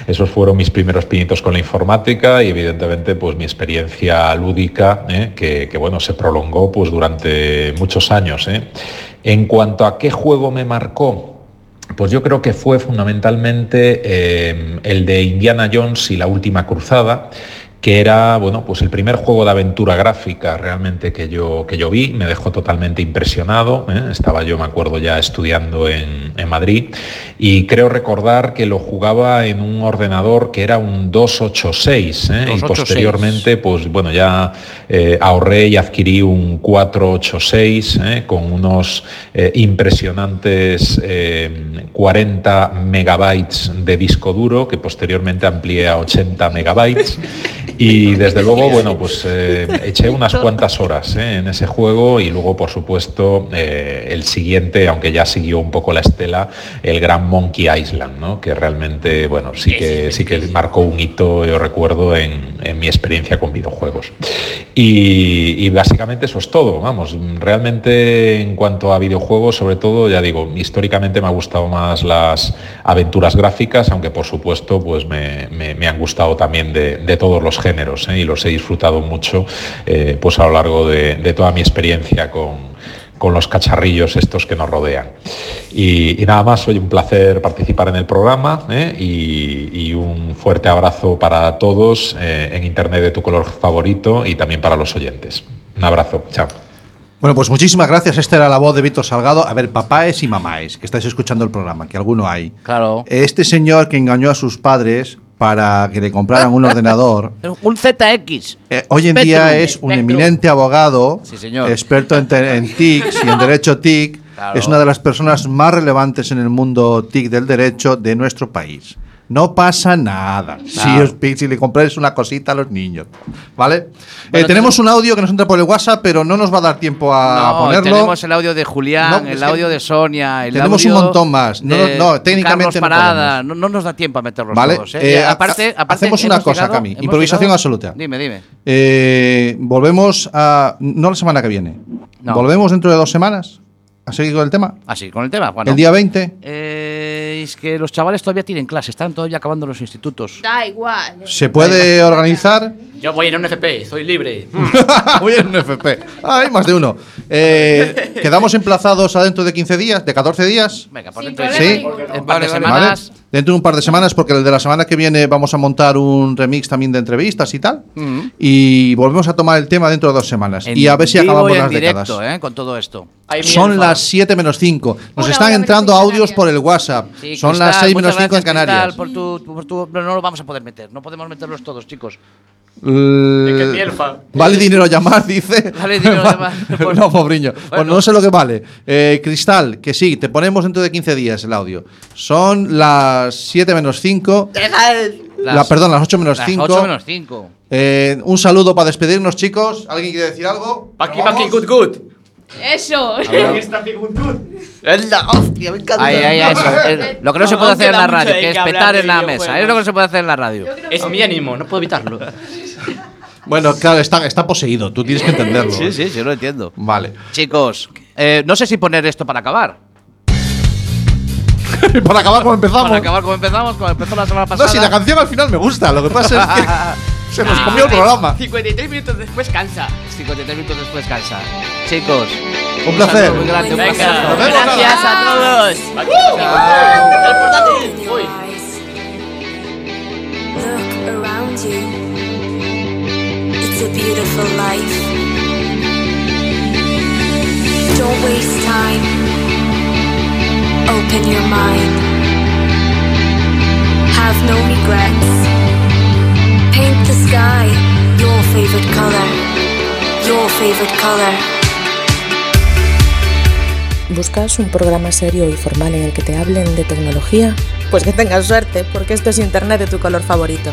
S12: Esos fueron mis primeros pinitos con la informática y evidentemente pues mi experiencia lúdica ¿eh? que, que, bueno se prolongó pues durante muchos años. ¿eh? En cuanto a qué juego me marcó, pues yo creo que fue fundamentalmente eh, el de Indiana Jones y la última cruzada que era bueno, pues el primer juego de aventura gráfica realmente que yo, que yo vi, me dejó totalmente impresionado. ¿eh? Estaba yo, me acuerdo, ya estudiando en, en Madrid, y creo recordar que lo jugaba en un ordenador que era un 286, ¿eh? y
S24: 286.
S12: posteriormente, pues bueno, ya eh, ahorré y adquirí un 486 ¿eh? con unos eh, impresionantes eh, 40 megabytes de disco duro, que posteriormente amplié a 80 megabytes. Y desde luego, bueno, pues eh, eché unas cuantas horas eh, en ese juego y luego, por supuesto, eh, el siguiente, aunque ya siguió un poco la estela, el gran Monkey Island, ¿no? Que realmente, bueno, sí que sí que marcó un hito, yo recuerdo, en, en mi experiencia con videojuegos. Y, y básicamente eso es todo, vamos. Realmente en cuanto a videojuegos, sobre todo, ya digo, históricamente me ha gustado más las aventuras gráficas, aunque por supuesto, pues me, me- me han gustado también de, de todos los géneros ¿eh? y los he disfrutado mucho, eh, pues a lo largo de, de toda mi experiencia con con los cacharrillos estos que nos rodean. Y, y nada más, hoy un placer participar en el programa ¿eh? y, y un fuerte abrazo para todos eh, en Internet de tu color favorito y también para los oyentes. Un abrazo, chao.
S1: Bueno, pues muchísimas gracias. Esta era la voz de Víctor Salgado. A ver, papáes y mamáes, que estáis escuchando el programa, que alguno hay.
S2: Claro.
S1: Este señor que engañó a sus padres para que le compraran un ordenador,
S2: Un ZX.
S1: eh, hoy en
S2: Spectrum,
S1: día es un
S2: Spectrum.
S1: eminente abogado,
S2: Sí, señor.
S1: experto en, te- en TICs y en derecho TIC.
S2: Claro.
S1: Es una de las personas más relevantes en el mundo TIC del derecho de nuestro país. No pasa nada. Si, os, pi- si le compráis una cosita a los niños. ¿Vale? Eh, tenemos un audio que nos entra por el WhatsApp, pero no nos va a dar tiempo a
S2: No,
S1: ponerlo.
S2: tenemos el audio de Julián,
S1: No, es
S2: el
S1: que
S2: audio de Sonia, el
S1: tenemos
S2: audio
S1: un montón más. No,
S2: de
S1: no, técnicamente
S2: Carlos
S1: no
S2: Parada. No, no nos da tiempo a meterlos
S1: Vale,
S2: todos. ¿eh?
S1: eh,
S2: Y aparte,
S1: ha-
S2: aparte,
S1: hacemos una
S2: hemos
S1: cosa,
S2: llegado-
S1: Cami,
S2: hemos
S1: improvisación
S2: llegado-
S1: absoluta.
S2: Dime, dime.
S1: Eh, volvemos a. No la semana que viene.
S2: No.
S1: Volvemos dentro de dos semanas. ¿A seguir con el tema?
S2: Así, Ah, con el tema, bueno.
S1: ¿El día 20?
S2: Eh, es que los chavales todavía tienen clase, están todavía acabando los institutos.
S7: Da igual.
S1: ¿Se puede organizar?
S10: Yo voy en un FP, soy libre. Hmm.
S1: Voy en un FP. Ah, Hay más de uno. Eh, ¿Quedamos emplazados a dentro de 15 días? ¿De 14 días?
S2: Venga, por
S1: Sí,
S2: dentro de
S1: problema
S2: sí,
S1: ninguno.
S2: un par de semanas.
S1: ¿Vale? Dentro de un par de semanas, porque el de la semana que viene vamos a montar un remix también de entrevistas y tal.
S2: Mm.
S1: Y volvemos a tomar el tema dentro de dos semanas. y a ver si
S2: En vivo
S1: acabamos
S2: y en
S1: las décadas.
S2: directo, ¿eh? Con todo esto.
S1: Son las 7 menos 5. Nos están entrando audios por el WhatsApp.
S2: Sí,
S1: Son
S2: Cristal,
S1: las 6 menos
S2: muchas
S1: 5 en
S2: gracias, Cristal,
S1: Canarias.
S2: por tu- por tu- no, no lo vamos a poder meter, no podemos meterlos todos, chicos.
S1: L-
S2: Mielfa.
S1: Vale dinero llamar, dice.
S2: Vale dinero llamar.
S1: no, pobriño. Bueno. no sé lo que vale. Eh, Cristal, que sí, te ponemos dentro de 15 días el audio. Son las 7 menos 5. La, Ah, perdón, las 8 menos 5.
S2: Las 8 menos 5.
S1: Eh, un saludo para despedirnos, chicos. ¿Alguien quiere decir algo?
S10: Paqui, paqui, good, good.
S7: Eso.
S1: Aquí
S10: Es la hostia, me encanta.
S2: Ay, ay, ay, eso, eh, lo que no se puede
S10: Aunque
S2: hacer en
S10: da
S2: la
S10: mucho
S2: radio,
S10: de
S2: que es
S10: qué hablar
S2: petar
S10: de
S2: en la mesa. ¿eh? Es lo que no se puede hacer en la radio.
S10: Es mi ánimo, no puedo evitarlo.
S1: Bueno, claro, está, está poseído. Tú tienes que entenderlo.
S2: Sí, sí, yo lo entiendo.
S1: ¿eh? Vale.
S2: Chicos, eh, no sé si poner esto para acabar.
S1: para acabar como empezamos.
S2: Para acabar como empezamos, como empezó la semana pasada.
S1: No, si la canción al final me gusta. Lo que pasa es que se nos
S2: Ah,
S1: comió el programa.
S2: 53 minutos después cansa. 53 minutos después cansa. Chicos,
S1: Un placer.
S2: saludo muy grande, un
S1: Venga,
S2: placer.
S1: nos vemos.
S18: Gracias a todos.
S4: in your eyes. Look around you. It's a beautiful life. Don't waste time. Open your mind. Have no regrets. Paint the sky your favorite color. Your favorite color.
S25: ¿Buscas un programa serio y formal en el que te hablen de tecnología? Pues que tengas suerte, porque esto es Internet de tu color favorito.